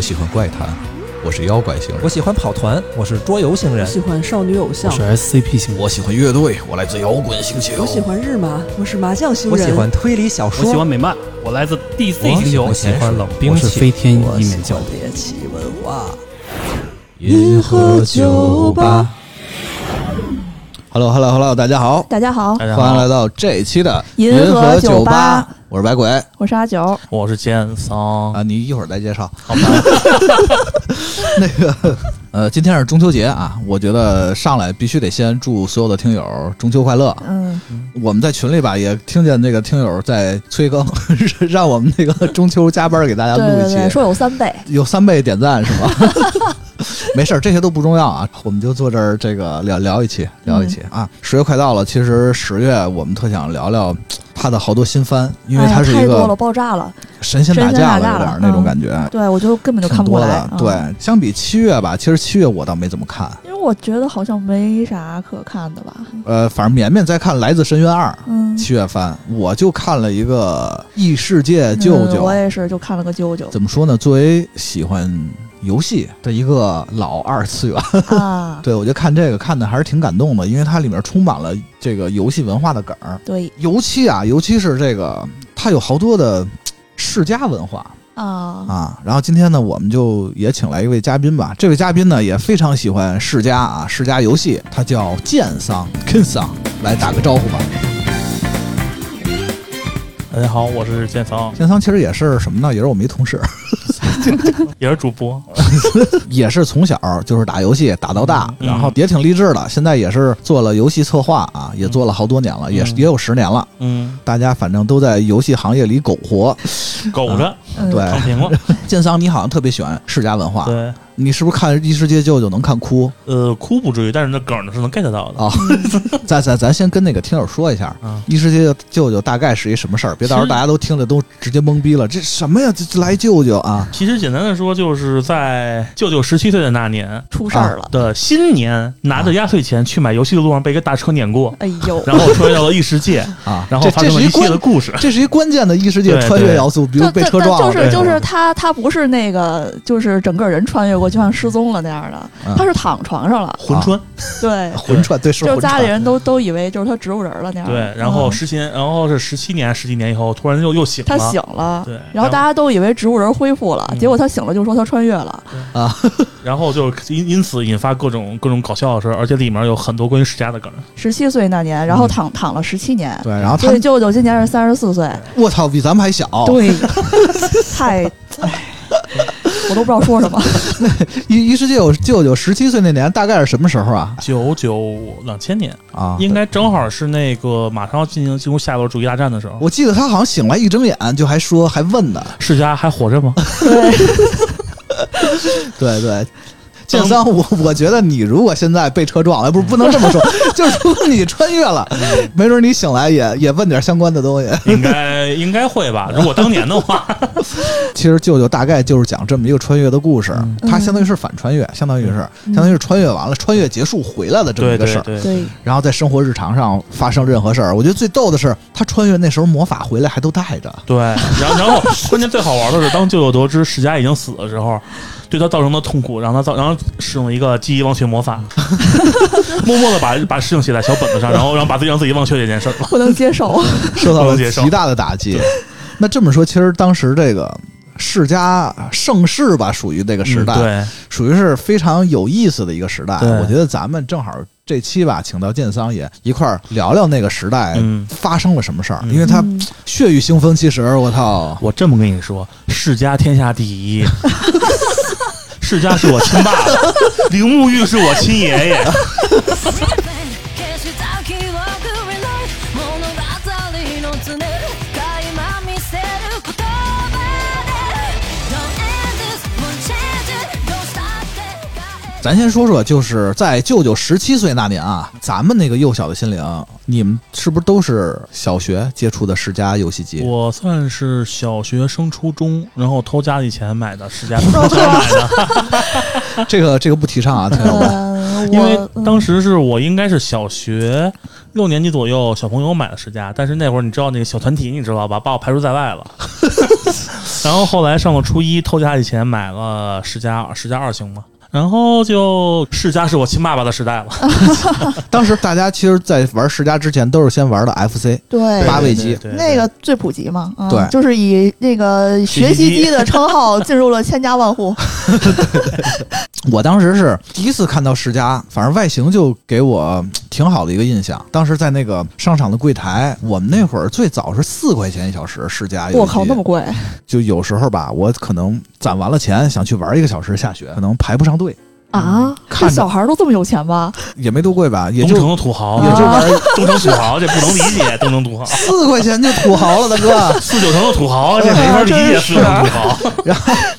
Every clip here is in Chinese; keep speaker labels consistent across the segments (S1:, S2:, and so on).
S1: 喜欢怪谈，我是妖怪星人
S2: 我；喜欢跑团，我是桌游星人。
S3: 喜欢少女偶
S4: 我
S3: 像，
S4: 是 SCP 型，
S1: 我喜欢乐队，我来自摇滚星球；
S3: 我喜欢日麻，我是麻将星
S2: 我
S3: 人，
S2: 喜欢推理小说，
S5: 我喜欢美漫，我来自 DC 星球
S2: 我。喜欢冷兵
S4: 我是
S2: 器，
S4: 飞天
S3: 我
S4: 一
S3: 喜
S4: 面教
S3: 欢。猎奇文化。
S1: 银河酒吧。Hello Hello Hello，大家好，
S6: 大家好，
S5: 大家
S1: 欢迎来
S5: 好，
S1: 到这一期的
S6: 银河
S1: 河
S6: 酒
S1: 酒
S6: 吧，
S1: 我是白鬼啊，
S6: 我是阿九。
S5: 我是剑桑。
S1: 你一会儿再介绍。好吧。 那个呃，今天是中秋节啊，我觉得上来必须得先祝所有的听友中秋快乐。
S6: 嗯，
S1: 我们在群里吧也听见那个听友在催更， 让我们那个中秋加班给大家
S6: 对
S1: 录一
S6: 对
S1: 期。
S6: 对，说有三倍，
S1: 有三倍点赞是吗？ 没事儿，这些都不重要啊，我们就坐这儿这个聊聊一
S6: 嗯
S1: 期，聊一期、啊。十月快到了，其实十月我们特想聊聊他的好多新番，因为
S6: 哎呀
S1: 它是一
S6: 太多了，
S1: 个
S6: 爆炸了。
S1: 神仙打
S6: 神仙
S1: 架了，
S6: 打
S1: 有
S6: 架
S1: 点
S6: 了
S1: 儿那种
S6: 嗯
S1: 感觉。
S6: 对，我就根本就
S1: 挺
S6: 看不过
S1: 多
S6: 来
S1: 的。，
S6: 嗯，
S1: 对，相比七月吧，其实七月我倒没怎么看，
S6: 因为我觉得好像没啥可看的吧。
S1: 呃，反正绵绵在看《来自深渊二》
S6: 嗯，
S1: 七月番，我就看了一个《异世界舅舅
S6: 嗯》我也是，就看了个舅舅
S1: 怎么说呢？作为喜欢游戏的一个老二次元，
S6: 啊。
S1: 对，我就看这个看的还是挺感动的，因为它里面充满了这个游戏文化的梗儿，
S6: 对
S1: 尤其啊，尤其是这个它有好多的嘖世家文化
S6: 啊，
S1: 啊。然后今天呢，我们就也请来一位嘉宾吧，这位嘉宾呢也非常喜欢世家啊，世家游戏，他叫剑桑 Ken 桑，来打个招呼吧。
S5: 大家好，我是剑桑，
S1: 剑桑其实也是什么呢？也是我们一同事，
S5: 也是主播。
S1: 也是从小就是打游戏打到大，
S5: 嗯
S1: 然后也挺励志的，现在也是做了游戏策划啊，也做了好多年了，也是
S5: 嗯
S1: 也有十年了。
S5: 嗯，
S1: 大家反正都在游戏行业里苟活。
S5: 苟
S2: 啊
S5: 着
S6: 嗯
S2: 哎
S1: 对，
S5: 躺平了。
S1: 建桑，你好像特别喜欢世家文
S2: 啊
S1: 化，
S5: 对，
S1: 你是不是看《异世界舅舅》能看哭
S5: 呃，哭不至于，但是那梗是能 get 到的。
S1: 啊？ 咱咱咱先跟那个听友说一下，
S5: 嗯
S1: 异世界舅舅》大概是一什么事儿？别到时候
S5: 是
S1: 大家都听着都直接懵逼了，这什么呀？这这来舅舅 啊？
S5: 其实简单的说，就是在舅舅十七岁的那年
S6: 出事
S1: 啊
S6: 儿了。
S5: 的新年，拿着压岁钱去买游戏的路上被一个大车碾
S2: 啊
S5: 过，
S6: 哎呦，
S5: 然后穿越到了异世 界，
S1: 啊，
S5: 然后
S1: 这
S5: 发
S1: 这
S5: 生
S1: 是
S5: 了
S1: 一
S5: 一系列
S1: 关
S5: 的，故事。
S1: 这是一关键的异世界
S5: 对
S1: 穿越
S5: 对
S1: 要素，比如
S6: 这
S1: 被
S6: 这
S1: 车撞
S6: 但
S1: 了，
S6: 就是
S5: 这
S6: 就
S5: 种
S6: 是他他不是那个就是整个人穿越过去，就像失踪了那样的
S1: 嗯，
S6: 他是躺床上了。
S5: 魂穿，
S6: 对，
S1: 魂穿，对， 是
S6: 就是
S1: 魂
S6: 家里
S1: 穿。
S6: 人都都以为就是他植物人了那样的。
S5: 对，然后
S6: 嗯
S5: 十七年，然后是十七年、十几年以后，突然又又醒
S6: 他
S5: 了，
S6: 醒了，
S5: 对，
S6: 啊然后大家都以为植物人恢复了，
S5: 嗯
S6: 结果他醒了就说他穿越了。
S5: 然后就是因因此引发各种各种搞笑的事儿，而且里面有很多关于世家的梗儿。
S6: 十七岁那年，然后躺躺了十七年，
S1: 对，哦然后他
S6: 所以舅舅今年是三十四岁。
S1: 我操，比咱们还小。
S6: 对，太，唉我都不知道说什么。
S1: 异异世界有舅舅十七岁那年，大概是什么时候啊？
S5: 九九两千年，
S1: 啊，
S5: 应该正好是那个马上要进行进入下一轮主义大战的时候，
S1: 我记得他好像醒来一睁眼就还说还问呢，
S5: 世家还活着吗？
S1: 对对。嗯剑桑，我我觉得你如果现在被车撞了，不是不能这么 说，就是如果你穿越了，没准你醒来也也问点相关的东西。
S5: 应该应该会吧，如果当年的话，
S1: 其实舅舅大概就是讲这么一个穿越的故事，它相当于是反穿越，相当于是相当于是穿越完了，穿越结束回来的这么
S5: 对
S1: 一个事
S5: 对
S1: 儿，
S5: 对，
S6: 对，
S1: 然后在生活日常上发生任何事儿。我觉得最逗的是，他穿越那时候魔法回来还都带着，
S5: 对，然后然后关键最好玩的是，当舅舅得知世家已经死的时候，对他造成的痛苦，让他造，然后使用一个记忆忘却魔法，默默的把把事情写在小本子上，然后然后把自己让自己忘却这件事儿。
S6: 不能接受。
S1: 受到了
S5: 不能接受
S1: 极大的打击。那这么说，其实当时这个世家盛世吧，属于那个时代，
S5: 嗯对，
S1: 属于是非常有意思的一个时代。
S5: 对
S1: 我觉得咱们正好这期吧，请到建桑也一块儿聊聊那个时代
S5: 嗯
S1: 发生了什么事儿，
S5: 嗯
S1: 因为他
S6: 嗯
S1: 血雨腥风。其实我操，
S5: 我这么跟你说，世家天下第一， 世家是我亲爸爸，铃木玉是我亲爷爷。
S7: 消した記憶未来物語の常る垣間見せる言葉で Don't end this, won't change it, don't stop it, guys
S1: 咱先说说，就是在舅舅十七岁那年啊，咱们那个幼小的心灵，你们是不是都是小学接触的世家游戏机？
S5: 我算是小学升初中，然后偷家里钱买的世家，偷钱买的。
S1: 这个这个不提倡 啊，听友们。
S6: 嗯，
S5: 因为
S6: 我嗯
S5: 当时是我应该是小学六年级左 右，小朋友买的世家，但是那会儿你知道那个小团体，你知道吧，把我排除在外了。然后后来上了初一，偷家里钱买了世家世家二型嘛，然后就世家是我亲爸爸的时代了，
S1: 当时大家其实，在玩世家之前，都是先玩的 FC
S6: 对，
S1: 八位机，
S5: 对
S6: 那个最普及嘛，嗯
S1: 对
S6: 就是以那个学习机的 称号进入了千家万户。
S1: 我当时是第一次看到世嘉，反正外形就给我嗯挺好的一个印象。当时在那个商场的柜台，我们那会儿最早是四块钱一小时世
S5: 哎
S1: 嘉游戏，
S6: 我靠，那么贵！
S1: 就有时候吧，我可能攒完了钱想去玩一个小时，下雪可能排不上队，
S5: 嗯
S6: 啊，这
S1: 看着
S6: 小孩儿都这么有钱吗？
S5: 啊
S1: 也没多贵吧，也
S5: 东
S1: 就
S5: 城的土豪，啊
S1: 也就玩
S5: 东城土豪，这不能理 解，东城土豪。
S1: 四块钱就土豪了，大 哥。
S5: 四九城的土 豪，这没法理解四九城土
S1: 啊
S5: 豪。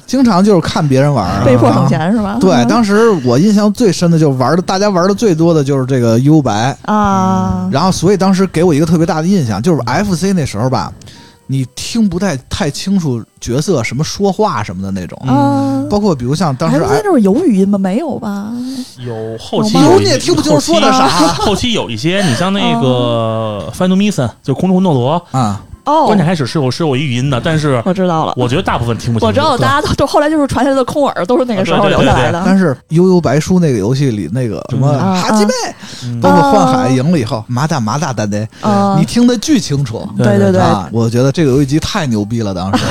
S1: 经常就是看别人玩儿，
S6: 被迫
S1: 然
S6: 省
S1: 后
S6: 钱是吧？
S1: 对，
S6: 嗯
S1: 当时我印象最深的就是玩的，大家玩的最多的就是这个幽白，
S6: 啊，
S1: 然后所以当时给我一个特别大的印象，就是 FC 那时候吧，你听不太太清楚角色什么说话什么的那种，
S5: 嗯
S6: 啊，
S1: 包括比如像当时
S6: FC 那会儿有语音吗？没有吧？
S5: 有后期
S6: 有吗
S5: 有
S1: 你
S5: 一
S1: 也听不清楚说的啥哦
S5: 后期 后期有一些，你像那个《Final Mission》，就《空中魂斗罗》，
S1: 啊，
S6: 哦
S5: 关，键开始是有是有一语音的，但是
S6: 我知道了，
S5: 我觉得大部分听不清楚。
S6: 我知道，大家都都后来就是传下来的空耳，都是那个时候
S5: 啊对对
S6: 留下来的。
S1: 但是悠悠白书那个游戏里那个什么
S5: 嗯
S6: 啊
S1: 哈基贝，
S5: 嗯
S1: 包括幻海赢了以后，麻大麻大丹的，
S6: 啊
S1: 你，听得巨清楚。
S6: 对对对，
S1: 啊，我觉得这个游戏机太牛逼了，当时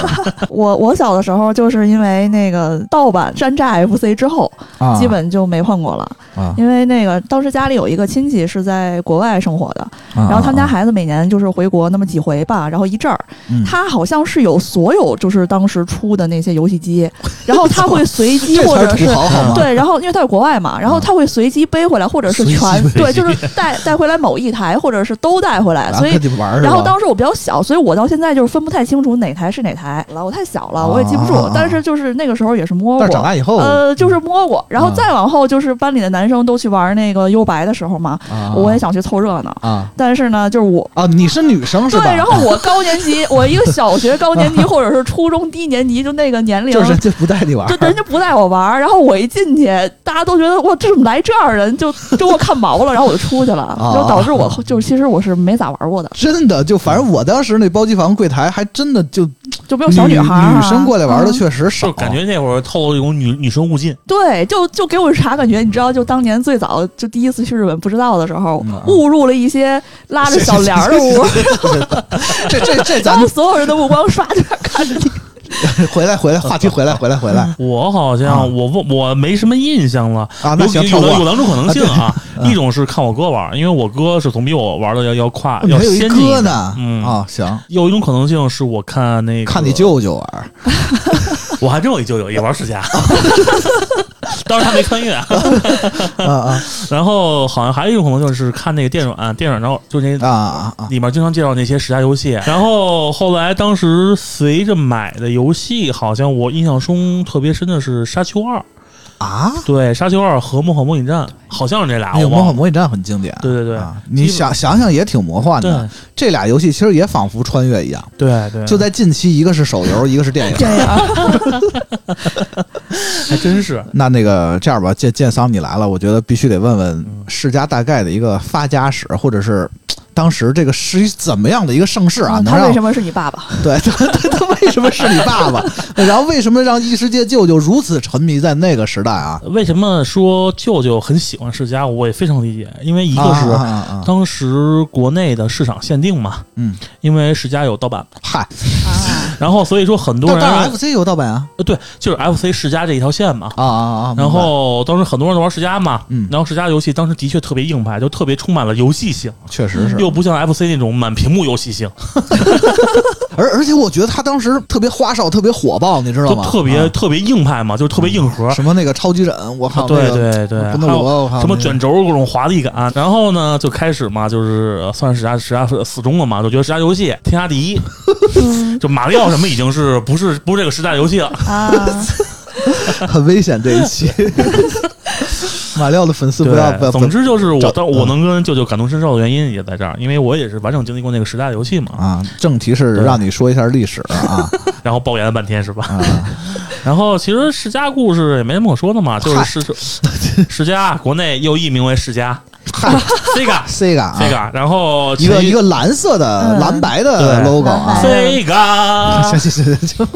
S6: 我我小的时候就是因为那个盗版山寨 FC 之后，
S1: 啊，
S6: 基本就没碰过了。
S1: 啊，
S6: 因为那个当时家里有一个亲戚是在国外生活的，
S1: 然
S6: 然后他们家孩子每年就是回国那么几回吧，然后一阵儿，
S1: 嗯
S6: 他好像是有所有就是当时出的那些游戏机，然后他 会随机
S1: 这
S6: 或
S1: 才
S6: 者
S1: 是
S6: 是
S1: 土。豪好吗？
S6: 对，然后因为他在国外嘛，然后他会随机背回来，或者是
S1: 随机
S6: 全
S1: 背
S6: 对， 就是带带回来某一台，或者是都带回来，
S1: 啊，
S6: 所以
S1: 跟你玩儿是吧
S6: 然后当时我比较小，所以我到现在就是分不太清楚哪台是哪台了，我太小了，我也记不住。
S1: 啊啊啊
S6: 但是就是那个时候也是摸
S1: 但
S6: 过
S1: 是，长大以后，
S6: 呃，就是摸过。然后
S1: 啊
S6: 再往后就是班里的男生都去玩那个幽白的时候嘛，
S1: 啊
S6: 我也想去凑热闹。
S1: 啊
S6: 但是呢，就是我。
S1: 啊，你是女生是
S6: 对，
S1: 吧？
S6: 然后我高年 级，我一个小学高年级或者是初中低年级，就那个年 龄，
S1: 就是人家不带你玩儿，
S6: 就人家不带我玩儿，然后我一进去，大家都觉得哇，这怎么来这样的人，就就给我看毛了，然后我就出去 了，
S1: 啊
S6: 就导致我就是其实我是没咋玩过的，
S1: 真的就反正我当时那包机房柜台还真的就
S6: 就没有小
S1: 女
S6: 孩儿啊、
S1: 女生过来玩的
S6: 嗯
S1: 确实少，
S5: 就感觉那会儿透露一种女女生勿近，
S6: 对，就就给我啥感觉？你知道，就当年最早就第一次去日本不知道的时候，
S1: 嗯啊
S6: 误入了一些拉着小帘儿的屋，
S1: 这这这
S6: 然
S1: 咱
S6: 后
S1: 们
S6: 所有人的目光唰就看 着你。
S1: 回来回来话题回来回来回来
S5: 我好
S1: 啊
S5: 像我忘我没什么印象了。
S1: 啊，那
S5: 有
S1: 行
S5: 有
S1: 跳
S5: 有
S1: 过
S5: 有。两种可能性啊，
S1: 嗯
S5: 一种是看我哥玩儿，因为我哥是总比我玩的要要快，
S1: 哦你
S5: 要
S1: 还有一
S5: 先进
S1: 哥
S5: 一点。
S1: 呢，
S5: 嗯
S1: 啊，行，
S5: 有一种可能性是我看那个，
S1: 看你舅舅玩儿，
S5: 我还真有一舅舅也玩 世家，当时他没穿越啊。
S1: 啊啊
S5: 然后好像还有一种可能就是看那个电软，电软然后就那
S1: 啊啊啊，
S5: 里面经常介绍那些十佳游戏。然后后来当时随着买的游戏，好像我印象中特别深的是《沙丘二》，
S1: 啊！
S5: 对，《沙丘二》和《梦幻模拟战》，好像是这俩，
S1: 那个《
S5: 我
S1: 魔
S5: 忘
S1: 法
S5: 了。
S1: 模拟战》很经典，
S5: 对对对
S1: 啊，
S5: 基
S1: 你
S5: 本
S1: 想想想也挺魔幻的。这俩游戏其实也仿佛穿越一样，
S5: 对对对，
S1: 就在近期，一个是手游，一个是电影。
S6: 这样，
S5: 还真是
S1: 那那个这样吧，剑剑桑你来了，我觉得必须得问问
S5: 嗯
S1: 世家大概的一个发家史，或者是嘖当时这个是一怎么样的一个盛世啊，能
S6: 嗯他为
S1: 让
S6: 什么是你爸爸？
S1: 对 他他他为什么是你爸 爸？然后为什么让异世界舅舅如此沉迷在那个时代啊？
S5: 为什么说舅舅很喜欢世家，我也非常理解，因为一
S1: 一
S5: 个是
S1: 啊啊啊
S5: 当时国内的市场限定嘛，
S1: 嗯，
S5: 因为世嘉有盗版，
S1: 嗨，
S5: 然后所以说很多
S1: 但
S5: 人
S1: 但是 FC 有盗版啊
S5: 呃对，就是 FC 世嘉这一条线嘛。
S1: 啊啊啊！
S5: 然后当时很多人都玩世嘉嘛，
S1: 嗯
S5: 然后世嘉游戏当时的确特别硬派，就特别充满了游戏性，
S1: 明白确实是，
S5: 嗯又不像 FC 那种满屏幕游戏性，
S1: 而而且我觉得他当时特别花哨，特别火爆，你知道
S5: 就
S1: 吗？
S5: 特别、
S1: 啊嗯
S5: 特别硬派嘛，就是特别硬核。
S1: 什么那个超级忍，我靠，
S5: 对
S1: 那个
S5: 对对，
S1: 啊不能
S5: 还有
S1: 我我靠
S5: 什么
S1: 那个
S5: 卷轴各种华丽感，然后呢就开始嘛，就是呃算是十佳十佳死忠了嘛，就觉得十佳游戏天下第一， 就马里奥什么已经是不是不是这个时代游戏了，
S6: 啊，
S1: 很危险这一期。马里奥的粉丝不要不
S5: 对，
S1: 要，
S5: 总之就是
S1: 找
S5: 我当我
S1: 嗯
S5: 能跟舅舅感同身受的原因也在这儿，因为我也是完整经历过那个时代的 游戏嘛，
S1: 啊，正题是
S5: 对
S1: 让你说一下历史啊
S5: 然后抱怨了半天是吧？
S1: 啊
S5: 然后其实世嘉故事也没什么可说的嘛，就是世世嘉国内又译名为世嘉
S1: 嗨
S5: Sega
S1: ，Sega 啊
S5: Sega，然后
S1: 一个
S5: 其
S1: 一个蓝色的、
S6: 嗯
S1: 蓝白的
S5: 对
S1: logo
S6: 蓝
S1: 啊。
S6: 白
S5: Sega，
S1: 行行行行行，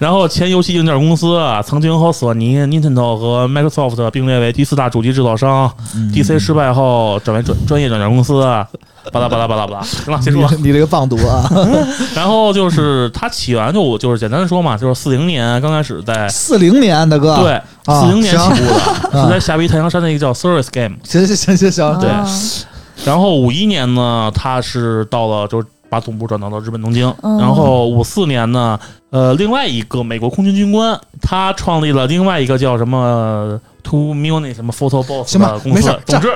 S5: 然后前游戏硬件公司啊，曾经和索尼、Nintendo 和 Microsoft 并列为第四大主机制造商。DC
S1: 嗯
S5: 失败后转为专专业软件公司，啊巴拉巴拉巴拉巴拉，行了，结束了。
S1: 你你这个棒读啊！
S5: 然后就是它起源就就是简单的说嘛，就是四零年刚开始在
S1: 四零年的哥，
S5: 对
S1: 啊
S5: 四零年起步的，
S1: 行啊
S5: 是在夏威夷太阳山的一个叫 Service Game。
S1: 行行行行行，
S5: 对
S6: 啊
S5: 然后五一年呢，它是到了就是把总部转到了日本东京。
S6: 嗯
S5: 然后五四年呢，呃，另外一个美国空军军官，他创立了另外一个叫什么 Two Munich 什么 Photo Boss
S1: 行吧
S5: 的公
S1: 没事
S5: 司。总之，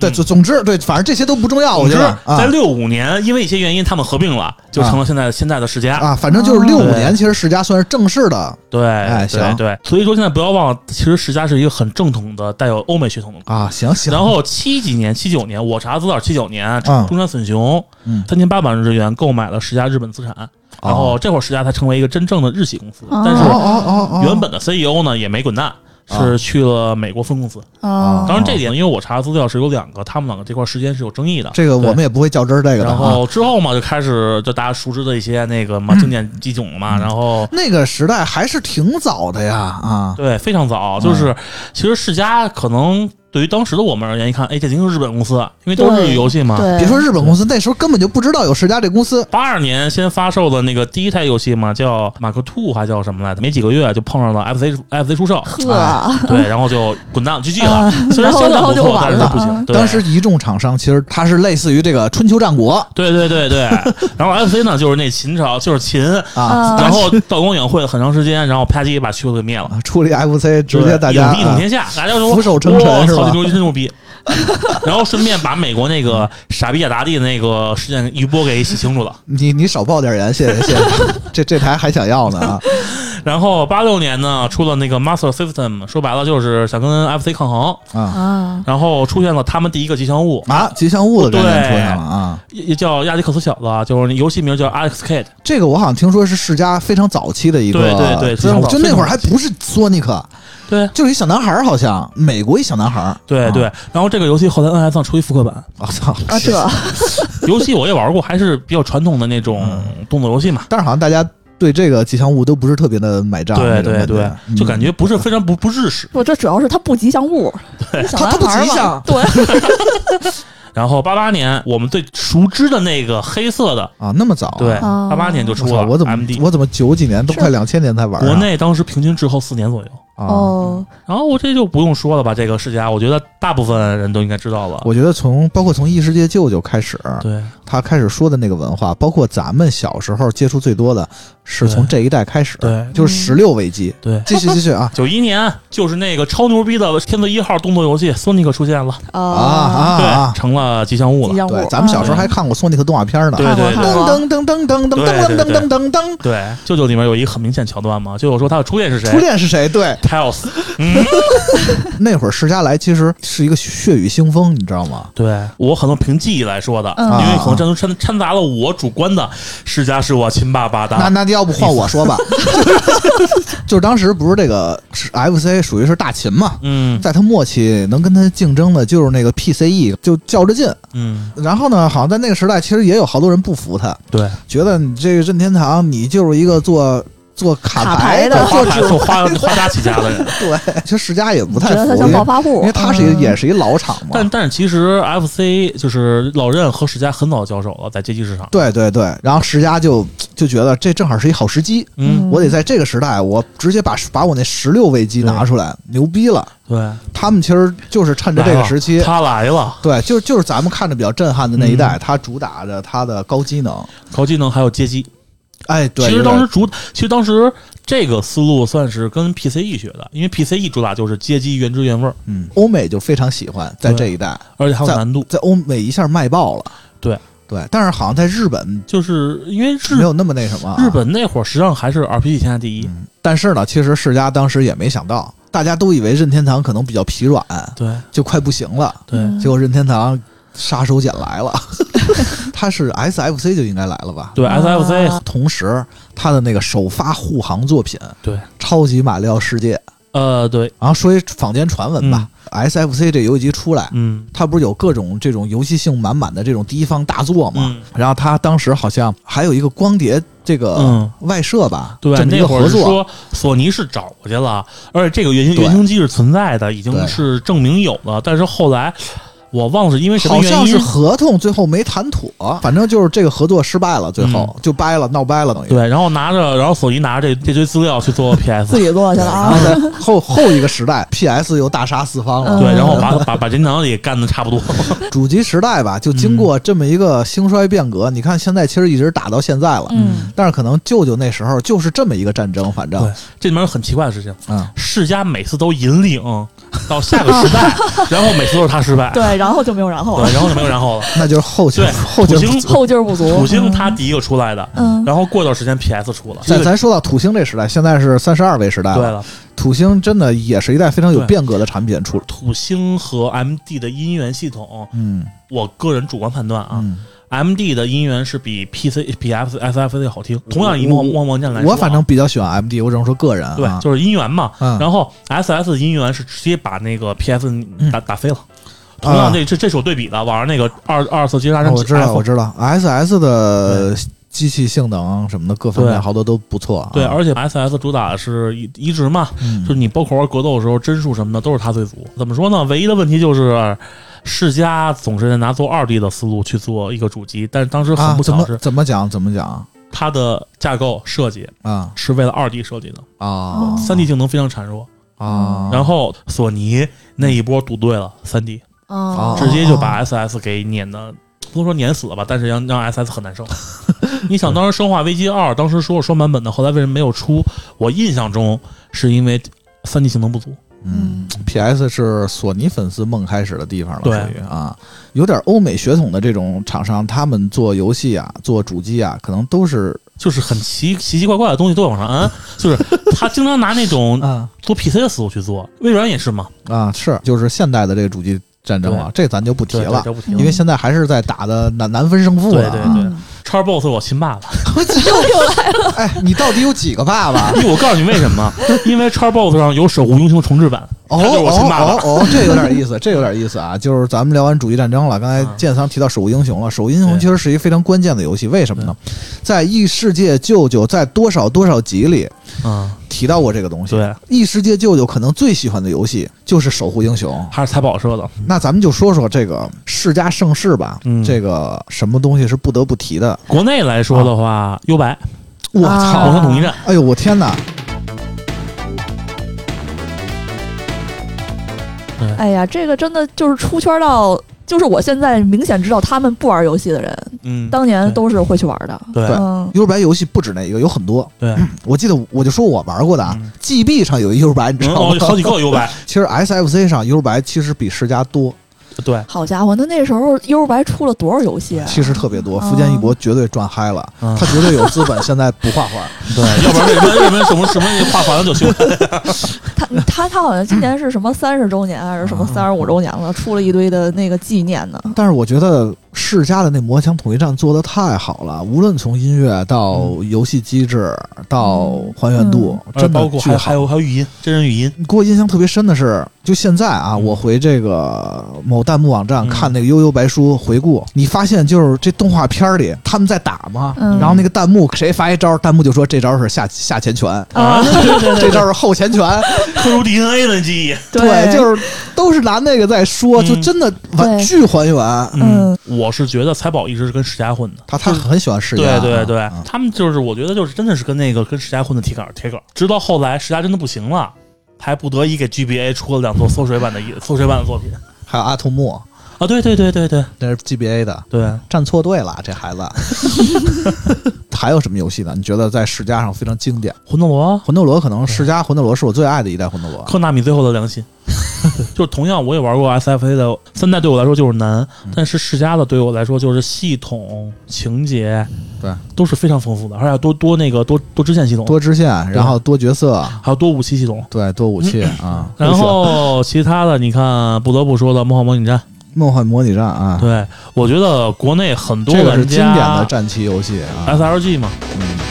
S1: 对，
S5: 嗯
S1: 总总之对，反正这些都不重要，我
S5: 总
S1: 觉
S5: 之
S1: 得，啊
S5: 在六五年，因为一些原因，他们合并了，就成了现在的现在的世嘉。
S1: 啊，反正就是六五
S5: 哦对
S1: 年，其实世嘉算是正式的
S5: 对，
S1: 哎行
S5: 对对，所以说现在不要忘了，其实世嘉是一个很正统的带有欧美血统的。
S1: 啊，行行，
S5: 然后七几年、七九年，我查资料，七九年
S1: 嗯
S5: 中山隼雄
S1: 嗯
S5: 三千八百万日元购买了世嘉日本资产，然后这会儿世嘉才成为一个真正的日系公司，
S6: 哦
S5: 但
S1: 哦
S5: 是
S1: 哦哦哦，
S5: 原本的 CEO 呢也没滚蛋。
S1: 哦
S5: 是去了美国分公司，
S1: 啊
S6: 哦
S5: 当然这点因为我查资料是有两个，他们两个这块时间是有争议的。
S1: 这个
S5: 对
S1: 我们也不会较真儿这个的
S5: 然
S1: 啊。
S5: 后之后嘛，就开始就大家熟知的一些那个
S1: 嗯
S5: 嘛经典机种嘛，然后
S1: 那个时代还是挺早的呀啊，
S5: 对，非常早，
S1: 嗯
S5: 就是其实世嘉可能对于当时的我们而言，一看，哎，这已经是日本公司，因为都是
S6: 对
S5: 游戏嘛。
S6: 对，
S1: 啊别说日本公司，那时候根本就不知道有世嘉这公司
S5: 八二年先发售的那个第一台游戏嘛，叫《马克兔》还叫什么来着？没几个月就碰上了 FC FC 出售，
S1: 哎
S5: 哎
S6: 呵，
S5: 对，然后就滚蛋 GG 了
S6: 啊。
S5: 虽然
S6: 然后
S5: 销量
S6: 然后
S5: 不
S6: 就
S5: 错，但
S6: 完
S5: 是
S6: 了
S5: 不行
S6: 嗯。
S5: 对
S1: 当时一众厂商其实它是类似于这个春秋战国
S5: 对对对对，然后 FC 呢就是那秦朝，就是秦，
S6: 嗯
S1: 啊，
S5: 然后道光影会了很长时间，然后啪叽把区给灭了。
S1: 啊出了一 FC，直接大家啊
S5: 影帝统天下，大家说
S1: 俯首称臣
S5: 哇
S1: 是吧
S5: 操这牛逼真牛逼！ 然后顺便把美国那个傻逼雅达利的那个事件余波给洗清楚了。
S1: 你你少报点言，谢谢谢谢， 这这台还想要呢啊，
S5: 然后八六年呢，出了那个 Master System，说白了就是想跟 FC 抗衡，
S1: 啊
S6: 啊，
S5: 然后出现了他们第一个吉祥物，
S1: 啊，吉祥物的概念出现了啊。
S5: 也也叫亚历克斯小子，啊就是游戏名叫 Alex Kid。
S1: 这个我好像听说是世嘉非常早期的一个，
S5: 对对对
S1: 就
S5: 非常早
S1: 就那会儿还不是索尼克，
S5: 对
S1: 就是一小男孩儿，好像美国一小男孩儿。
S5: 对
S1: 啊
S5: 对，，然后这个游戏后来 NS 上出一复刻版，
S1: 我操
S6: 啊这
S5: 游戏我也玩过，还是比较传统的那种
S1: 嗯
S5: 动作游戏嘛。
S1: 但是好像大家对这个吉祥物都不是特别的买账，
S5: 对
S1: 啊那嗯种
S5: 对
S1: 感觉
S5: 对，就感。觉不是非常不不日式。
S6: 不，这主要是它不吉祥物，
S1: 它它不吉祥，啊
S6: 对，
S5: 然后八八年我们最熟知的那个黑色的，
S1: 嗯啊，那么早啊，
S5: 对，
S6: 哦
S5: 八八年就
S1: 我
S5: 出
S1: 操
S5: 了。
S1: 我怎么
S5: MD？
S1: 我怎么九几年都快两千年才玩啊？
S5: 国内当时平均滞后四年左右。
S1: 啊，
S6: 哦，
S5: 然后我这就不用说了吧，这个世家，我觉得大部分人都应该知道了。
S1: 我觉得从包括从异世界舅舅开始，
S5: 对
S1: 他开始说的那个文化，包括咱们小时候接触最多的是从这一代开始，
S5: 对
S1: 就是十六尾机。
S5: 对，
S1: 继续继续啊
S5: 九一年就是那个超牛逼的天字一号动作游戏《索尼克》出现了，
S6: 啊
S1: 啊啊
S5: 对，
S1: 啊！
S5: 成了吉祥物
S6: 吉
S5: 了。
S6: 祥物啊
S1: 对，，咱们小时候还看过索尼克动画片呢。
S5: 对
S6: 看过
S5: 对
S6: 看过
S1: 噔噔噔噔噔噔噔噔噔噔噔噔，
S5: 对，舅舅里面有一个很明显桥段嘛，舅舅说他的初恋是谁
S1: 初恋是谁？对，
S5: ？Tiles。嗯，
S1: 那会儿世嘉来其实是一个血雨腥风，你知道吗？
S5: 对我可能凭记忆来说的，
S6: 嗯
S5: 因为可能掺掺掺杂了我主观的世家是我亲爸爸的。
S1: 那那要不换我说吧， 就是当时不是这个是 FC 属于是大秦嘛，
S5: 嗯
S1: 在他末期能跟他竞争的就是那个 PCE，就较着劲。
S5: 嗯，
S1: 然后呢，好像在那个时代，其实也有好多人不服他，
S5: 对，
S1: 觉得你这个任天堂，你就是一个做做卡
S6: 卡
S1: 牌
S6: 牌的
S5: 花
S1: 做
S5: 牌
S1: 纸
S5: 做哦花 花家起家的人。
S1: 对，其实世嘉也不
S6: 觉
S1: 太
S6: 得
S1: 服
S6: 它，像
S1: 因为
S6: 暴发户，
S1: 因为他是一个
S6: 嗯
S1: 也是一老厂嘛。
S5: 但但是其实 FC 就是老任和世嘉很早交手了，在街机市场。
S1: 对对对，然后世嘉就就觉得这正好是一好时机，
S5: 嗯，
S1: 我得在这个时代，我直接把把我那十六位机拿出来，牛逼了！
S5: 对，
S1: 他们其实就是趁着这
S5: 来
S1: 个
S5: 了
S1: 时期，
S5: 他嗯来了，
S1: 对，就是就是咱们看着比较震撼的那一代，它主打着它的高机能。
S5: 高技能还有街机。
S1: 哎，对，
S5: 其实
S1: 有
S5: 当
S1: 点
S5: 时主，其实当时这个思路算是跟 PCE 学的，因为 PCE 主打就是街机原汁原味儿，
S1: 嗯，欧美就非常喜欢在这一代，
S5: 而且还有
S1: 在
S5: 难度。
S1: 在欧美一下卖爆了。
S5: 对
S1: 对，但是好像在日本
S5: 就是因为
S1: 没
S5: 日
S1: 有那么那什么啊、嗯
S5: 日本那会儿实际上还是 RPG 天下第一。
S1: 但是呢，其实世嘉当时也没想到，大家都以为任天堂可能比较疲软，
S5: 对
S1: 就快不行了，
S5: 对，
S1: 结果任天堂杀手锏来了。 它是 SFC 就应该来了吧？
S5: 对，SFC，
S6: 啊
S1: 同时，它的那个首发护航作品《
S5: 对，
S1: 超级马里奥世界》，
S5: 呃，对，
S1: 然后说一坊间传闻吧、s f c 这游戏机出来，
S5: 嗯，
S1: 它不是有各种这种游戏性满满的这种第一方大作吗？
S5: 嗯
S1: 然后它当时好像还有一个光碟这个
S5: 嗯
S1: 外设吧，
S5: 对，
S1: 这么一
S5: 那
S1: 个
S5: 会
S1: 合
S5: 儿是
S1: 作，
S5: 说索尼是找过去了，而且这个原型
S1: 对
S5: 原型机是存在的，已
S1: 对
S5: 经是证明有了，但是后来我忘了是因为什么
S1: 好
S5: 原
S1: 像是
S5: 因。
S1: 合同最后没谈妥，反正就是这个合作失败了，最后、就掰了，闹掰了，等于。
S5: 嗯对，然后拿着，然后索尼拿着这这堆资料去做
S6: 自
S5: PS，
S6: 己落下了
S1: 然
S6: 啊
S1: 后。在后后一个时代，PS 又大杀四方了。
S6: 嗯
S5: 对，然后把把把任天堂也干的差不多 了。
S1: 主机时代吧，就经过这么一个兴衰变革，你看现在其实一直打到现在了，
S6: 嗯，
S1: 但是可能舅舅那时候就是这么一个战争，反正
S5: 对，这里面有很奇怪的事情，
S1: 嗯，
S5: 世嘉每次都引领到下个时代，然后每次都是他失败，
S6: 对，然后就没有然后了
S5: 对，，然后就没有然后了。
S1: 那就是后期
S5: 对，
S1: 后期
S5: 土。星
S6: 后劲儿不足。
S5: 土星它第一个出来的，
S6: 嗯
S5: 然后过一段时间 PS 出了，
S1: 咱咱说到土星这时代，现在是三十二位时代
S5: 对
S1: 了。
S5: 了，
S1: 土星真的也是一代非常有
S5: 对
S1: 变革的产品出了。
S5: 土星和 MD 的音源系统，
S1: 嗯
S5: 我个人主观判断啊
S1: 嗯，
S5: ，MD 的音源是比 PC 比 F S F C 好听。同样以
S1: 我
S5: 莫莫梦剑来说啊，
S1: 我反正比较喜欢 MD，我只能说个人啊。
S5: 对，就是音源嘛。
S1: 嗯
S5: 然后 S S 的音源是直接把那个 P S 打打飞了。同
S1: 嗯啊
S5: 样，这这这是我对比的，网上那个二二次击杀
S1: 啊
S5: 战，
S1: 我知道
S5: F
S1: 我知道，SS 的机器性能什么的各方面
S5: 对
S1: 好多都不错啊。
S5: 对，而且 S S 主打的是移移植嘛，
S1: 嗯
S5: 就是你包括玩格斗的时候，帧数什么的都是它最足。怎么说呢？唯一的问题就是，世嘉总是拿做二 D 的思路去做一个主机，但是当时很
S1: 啊，
S5: 不
S1: 怎
S5: 巧是、
S1: 么怎么讲怎么讲
S5: 它的架构设计
S1: 啊
S5: 是为了二 D 设计的，
S1: 啊
S5: 三 D 性能非常孱弱。
S1: 啊，
S5: 然后索尼那一波赌对了三 D，
S6: 嗯
S1: 哦
S5: 直接就把 SS 给碾的，不能说碾死了吧，但是让让 SS 很难 受。你想，当时《生化危机二》当时说有双版本的，后来为什么没有出？我印象中是因为三 D 性能不足。
S1: 嗯，PS 是索尼粉丝梦开始的地方了，
S5: 对
S1: 属于啊，有点欧美血统的这种厂商，他们做游戏啊，做主机啊，可能都是
S5: 就是很奇奇奇怪怪的东西都往上安，就是他经常拿那 种
S1: 啊
S5: 做 PC 的思路去做，微软也是嘛，
S1: 啊是就是现代的这个主机战争啊，这咱就不提
S5: 嗯对，
S1: 了，
S5: 这不提了
S1: 因为现在还是在打的难难分胜负了、啊。
S5: 对
S6: 嗯
S5: 对，Xbox 我亲爸爸，
S1: 哎，你到底有几个爸啊爸？
S5: 因为我告诉你为什么，因为 Xbox 上有守护英雄重置版，
S1: 哦
S5: 他就是我亲爸爸
S1: 哦哦哦，这有点意思，这有点意思啊！就是咱们聊完主机战争了，刚才
S5: 嗯
S1: 建仓提到《守护英雄》了，《守护英雄》
S5: 对
S1: 其实是一个非常关键的游戏，为什么呢？在《异世界舅舅》在多少多少集里
S5: 嗯，
S1: 提到过这个东西。
S5: 对，
S1: 异世界舅舅可能最喜欢的游戏就是《守护英雄》。
S5: 还是财宝社的，
S1: 那咱们就说说这个世家盛世吧，
S5: 嗯
S1: 这个什么东西是不得不提的？
S5: 国内来说的话，优白，
S1: 我
S6: 啊
S1: 操！
S5: 偶像统一战，
S1: 哎呦，我天哪！
S6: 哎呀，这个真的就是出圈到，就是我现在明显知道他们不玩游戏的人，
S5: 嗯，
S6: 当年都是会去玩的。
S5: 对
S1: 对
S6: 嗯，
S1: 幽白游戏不止那一个，有很多。
S5: 对，
S1: 我记得我就说我玩过的啊、
S5: 嗯
S1: g b 上有一幽白，你知
S5: 嗯，
S1: 道
S5: 哦
S1: 吗？，
S5: 好几 个优白，
S1: 其实 SFC 上幽白其实比世家多，
S5: 对，
S6: 好家伙，那那时候优白出了多少游戏啊？
S1: 其实特别多。
S6: 啊
S1: 福建一博绝对赚嗨了，
S5: 嗯
S1: 他绝对有资本现在不画 画。
S5: 对，呃要不然为什么为什么什么什么画完了就修？
S6: 他他他好像今年是什么三十周年还是什么
S1: 啊
S6: 三十五周年了，出了一堆的那个纪念呢。
S1: 但是我觉得世嘉的那魔枪统一战做的太好了，无论从音乐到游戏机制到还原度，真的
S5: 嗯呃包括
S1: 巨
S5: 还还
S1: 好。
S5: 有还有语音，真人语音，
S1: 给我印象特别深的是，就现在啊，
S5: 嗯
S1: 我回这个某弹幕网站
S5: 嗯
S1: 看那个悠悠白书回顾，你发现就是这动画片儿里他们在打嘛，
S6: 嗯
S1: 然后那个弹幕谁发一招，弹幕就说这招是下下前拳，
S5: 啊，对对
S1: 这招是后前拳，
S5: 刻入 DNA 的记忆。
S1: 对，就是都是拿那个在说，
S5: 嗯
S1: 就真的完
S6: 对
S1: 巨还原。
S6: 嗯，
S5: 我是觉得财宝一直是跟世家混的。
S1: 他他很喜欢世
S5: 对
S1: 家，
S5: 对对，
S1: 啊
S5: 他们就是我觉得就是真的是跟那个跟世家混的铁杆儿铁杆儿，直到后来世家真的不行了，才不得已给 GBA 出了两座缩水版的缩水版的作品
S1: 还有阿童木，
S5: 啊，对对对对对
S1: 那是 GBA 的，
S5: 对，
S1: 站错队了，这孩子。 还有什么游戏呢？你觉得在世家上非常经典？
S5: 魂斗罗、
S1: 魂斗罗可能世家魂斗罗是我最爱的一代魂斗罗。
S5: 科纳米最后的良心， 就是同样我也玩过 SFA 的三代，对我来说就是难，
S1: 嗯
S5: 但是世家的对我来说就是系统、情节
S1: 对
S5: 都是非常丰富的，而且多多那个多多支线系统，
S1: 多支线，然后多角色，
S5: 还有多武器系统。嗯
S1: 对，多武器啊。啊
S5: 然后其他的，你看不得不说的《魔幻模拟战》，
S1: 《梦幻模拟战啊，
S5: 对，我觉得国内很多
S1: 这个是
S5: 玩
S1: 经典的
S5: 家
S1: 战棋游戏啊。
S5: SLG 嘛，
S1: 嗯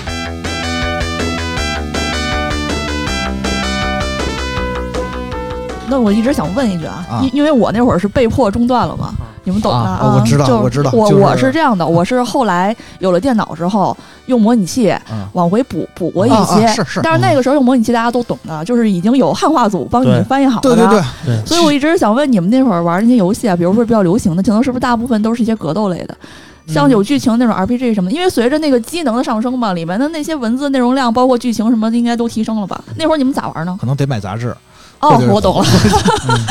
S6: 那我一直想问一句
S1: 啊
S6: 啊，因因为我那会儿是被迫中断了嘛，你们懂的
S1: 啊我知道
S6: 就
S1: 我知道
S6: 我
S1: 就是
S6: 我是这样的，我是后来有了电脑之后，用模拟器
S1: 嗯
S6: 往回补补过一
S1: 啊啊
S6: 些，
S1: 是是
S6: 但是那个时候用模拟器大家都懂的，就是已经有汉化组帮你
S5: 对
S6: 们翻译好了。
S1: 对对对。，
S5: 对，
S6: 所以我一直想问你们那会儿玩那些游戏啊，比如说比较流行的，可能是不是大部分都是一些格斗类的，
S1: 嗯
S6: 像有剧情那种 RPG 什么的？因为随着那个机能的上升嘛，里面的那些文字内容量，包括剧情什么的，应该都提升了吧？那会儿你们咋玩呢？
S1: 可能得买杂志
S6: 哦
S1: 这就，是嗯
S6: 我懂了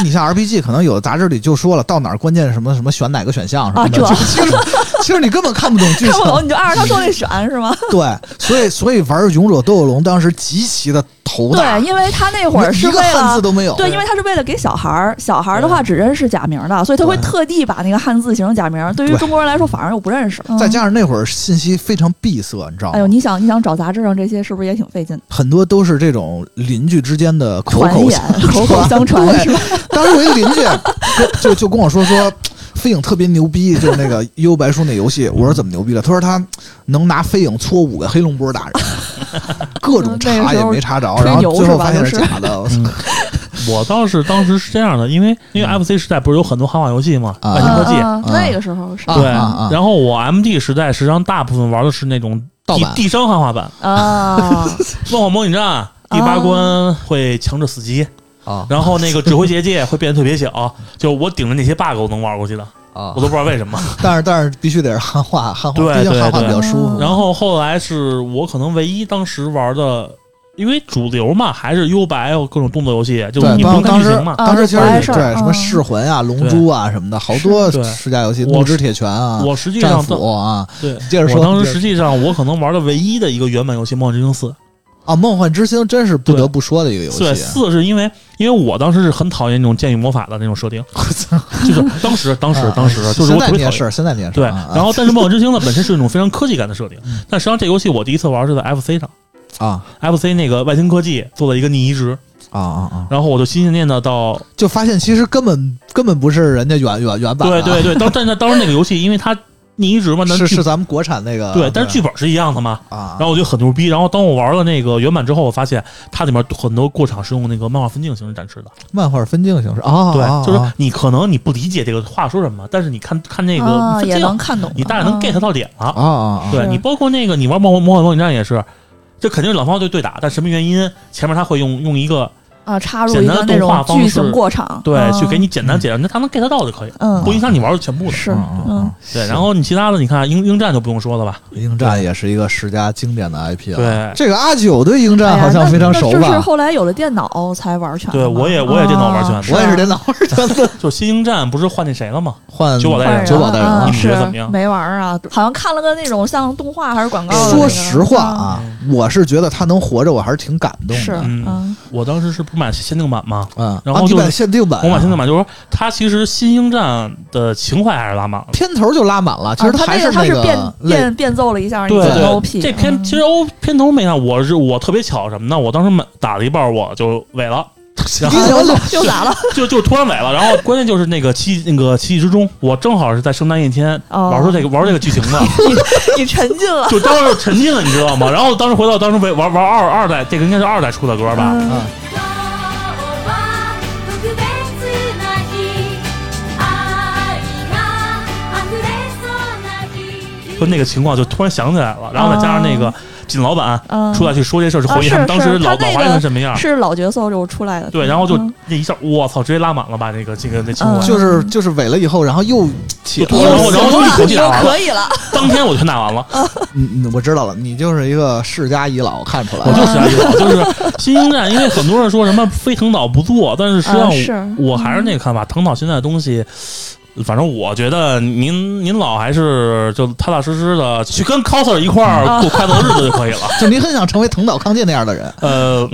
S1: 你像 RPG，可能有的杂志里就说了到哪儿关键什么什么选哪个选项什么
S6: 啊，
S1: 的，
S6: 这
S1: 就其实其实你根本看不懂剧
S6: 看不懂
S1: 情。
S6: 你就按照他说那选是吗？
S1: 对，所以所以玩勇者斗恶龙当时极其的头大，
S6: 对，因为他那会儿是
S1: 一
S6: 为
S1: 个汉
S6: 了
S1: 字。都
S5: 哦
S1: 没有。
S6: 对，因为他是为了给小孩儿，小孩儿的话只认识假名的，所以他会
S1: 对
S6: 特地把那个汉字写成假名。对于
S1: 对
S6: 中国人来说，反而又不认识。
S1: 再
S6: 嗯
S1: 加上那会儿信息非常闭塞，你知道吗？
S6: 哎呦，你想你想找杂志上这些是不是也挺费劲的？
S1: 很多都是这种邻居之间的口
S6: 传
S1: 口
S6: 言
S1: 相。、
S6: 口口相传
S1: 对
S6: 是吧？
S1: 当时有一邻居就就就跟我说说，飞影特别牛逼，就是那个《幽游白书》那游戏。我说怎么牛逼了？他说他能拿飞影搓五个黑龙波打人，各种查也没查着，
S6: 嗯那
S1: 然
S6: 个时候
S1: 后
S6: 吹牛
S1: 最后
S6: 是吧
S1: 发现
S6: 就是
S1: 假 的。我操
S5: 我倒是当时是这样的，因为因为 FC 时代不是有很多汉化游戏嘛，
S1: 嗯啊
S5: 外星科技，
S6: 嗯嗯
S1: 嗯
S6: 那个时候是
S1: 啊
S5: 对，
S1: 啊
S5: 然后我 MD 时代实际上大部分玩的是那种
S1: 盗
S5: 地
S1: 版
S5: 地商汉化版，
S6: 啊，
S5: 《梦幻模拟战》第八关会强制死机，
S1: 啊
S5: 然后那个指挥结界会变得特 别小，就我顶着那些 bug 我能玩过去的，
S1: 啊
S5: 我！都不知道为 什么。
S1: 但是但是必须得是汉化，汉化，
S5: 对
S1: 毕竟
S5: 对
S1: 汉化比
S5: 对
S1: 较舒
S6: 嗯
S1: 服。
S5: 然后后来是我可能唯一当时玩的，因为主流嘛还是 U 白各种动作游戏，就是
S1: 对，
S5: 你不
S1: 当
S5: 用看
S1: 当
S5: 剧
S1: 时
S5: 情嘛。
S1: 当时其
S6: 啊就不碍
S1: 实
S6: 事
S1: 对
S6: 儿
S1: 什么
S6: 嗯
S1: 噬魂啊、龙珠啊什么的，好多
S5: 对
S1: 世家游戏，
S5: 我
S1: 怒之铁拳啊、
S5: 我实际
S1: 战
S5: 上
S1: 斧啊。
S5: 对，
S1: 接着说，
S5: 我当
S1: 接
S5: 时
S1: 着
S5: 实际上我可能玩的唯一的一个原版游戏《梦幻之星四》，
S1: 啊，《梦幻之星》真是不得
S5: 对
S1: 不说的一个游戏。啊
S5: 对四是因为因为我当时是很讨厌那种剑与魔法的那种设定，
S1: 我 操！
S5: 就是 当时当时
S1: 啊
S5: 当时就是
S1: 现
S5: 我
S1: 在
S5: 特
S1: 你
S5: 别
S1: 也
S5: 讨
S1: 是，
S5: 厌。
S1: 现在你也是。
S5: 对，
S1: 啊嗯
S5: 然后但是《梦幻之星》 呢，本身是一种非常科技感的设定，但实际上这游戏我第一次玩是在 FC 上
S1: 啊
S5: ，FC 那个外星科技做了一个逆移植，
S1: 啊啊啊！
S5: 然后我就心心念念到，
S1: 就发现其实根本根本不是人家原原原版、啊，啊
S5: 对对 对，当但是当时那个游戏，因为它逆移植嘛，那
S1: 是
S5: 剧
S1: 是咱们国产那个
S5: 对，但是剧本是一样的嘛，
S1: 啊，
S5: 然后我就很牛逼，然后当我玩了那个原版之后，我发现它里面很多过场是用那个漫画分镜形式展示的，
S1: 漫画分镜形式啊，啊
S5: 对，就是
S1: 啊
S5: 你可能你不理解这个话说什么，但是你看看那
S6: 啊
S5: 个分
S6: 也能
S5: 镜，
S6: 看懂的，
S5: 你大概能
S6: 嗯
S5: get 到点了
S1: 啊，啊啊，
S5: 对
S6: 是
S5: 你包括那个你玩魔幻魔幻模拟战也是，这肯定是老方队对打，但什么原因？前面他会用用一个
S6: 啊，插入
S5: 简
S6: 一
S5: 单
S6: 个
S5: 的
S6: 那
S5: 动画
S6: 种
S5: 方
S6: 剧
S5: 式
S6: 情过场，
S5: 对、
S6: 啊
S5: 去给你简单解释，那他能 get 到就可以，
S6: 嗯
S5: 不影响你玩的全部的。
S6: 是
S1: 嗯嗯
S6: 嗯
S1: 嗯，
S5: 对，然后你其他的你看英英战就不用说了吧，
S1: 鹰战也是一个世家经典的 IP 了。
S5: 对
S1: 这个阿九对鹰
S6: 哎
S1: 战
S6: 呀
S1: 好像非常熟
S6: 那那就是
S1: 吧？
S6: 后来有了电脑才玩全的嘛。
S5: 对我也我也电脑玩全
S6: 啊
S5: 的
S1: 我也是电脑玩的，
S5: 就新英战不是 换那谁了吗？
S1: 换
S5: 九宝代
S6: 换人
S5: 人
S6: 了
S1: 九宝代人
S6: 啊
S5: 你
S1: 啊
S5: 们。觉得怎么样
S6: 是没玩儿啊，好像看了个那种像动画还是广告的那嗯个。
S1: 呃说实话啊，我是觉得他能活着，我还是挺感动
S6: 嗯，是
S1: 的。
S5: 嗯
S6: 嗯
S5: 我当时是不是买限定版吗？
S1: 嗯，
S5: 然后
S1: 啊、你
S5: 就是
S1: 买限定版啊、
S5: 我买限定版就是说，它其实新英战的情怀还是拉满了。
S1: 片头就拉满了，其实
S6: 啊他
S1: 还
S6: 个他
S1: 那
S6: 是
S1: 个
S6: 变
S1: 类
S6: 变变奏了一下，
S5: 对
S1: 对
S6: 高 P
S5: 这片其实欧片头没看，我是我特别巧什么呢？我当时买打了一半我就萎了，然后
S1: 你
S6: 又
S1: 行了
S6: 又咋了？
S5: 就就突然萎了。然后关键就是那个七那个七夕之中，我正好是在圣诞夜天
S6: 哦
S5: 玩出这个玩这个剧情的，
S6: 你沉 浸了。
S5: 就当时沉浸了，你知道吗？然后当时回到当时玩玩玩二二代，这个应该是二代出的歌吧？
S6: 嗯
S1: 啊
S7: 今日は特別な日愛が溢れそうな日
S5: 就那个情况，就突然想起来了，然后再加上那个靳老板
S6: 哦嗯
S5: 出来去说这事儿，是回忆
S6: 啊
S5: 他们
S6: 是
S5: 当时
S6: 是
S5: 老
S6: 他
S5: 老
S6: 那个
S5: 华人是什么样。
S6: 是老角色就出来的，
S5: 对，然后就
S6: 嗯
S5: 那一下，我操，直接拉满了吧？那个这个那情
S6: 嗯
S5: 怀，
S1: 就是就是萎了以后，然后又起
S5: 又然后然后就一口气打
S6: 又
S5: 完了，
S6: 可以了，
S5: 当天我就全打完了，
S1: 嗯，嗯我知道了，你就是一个世家遗老，看出来
S5: 我就
S1: 了。
S5: 喜欢这种，就是新英战，因为很多人说什么非藤岛不做，但是实
S6: 啊
S5: 际上
S6: 是嗯
S5: 我我还是那个看法，藤岛现在的东西。反正我觉得您您老还是就踏踏实实的去跟 coser 一块
S6: 啊
S5: 儿过快乐的日子就 可以了。
S1: 就您很想成为藤岛康介那样的人，
S5: 呃，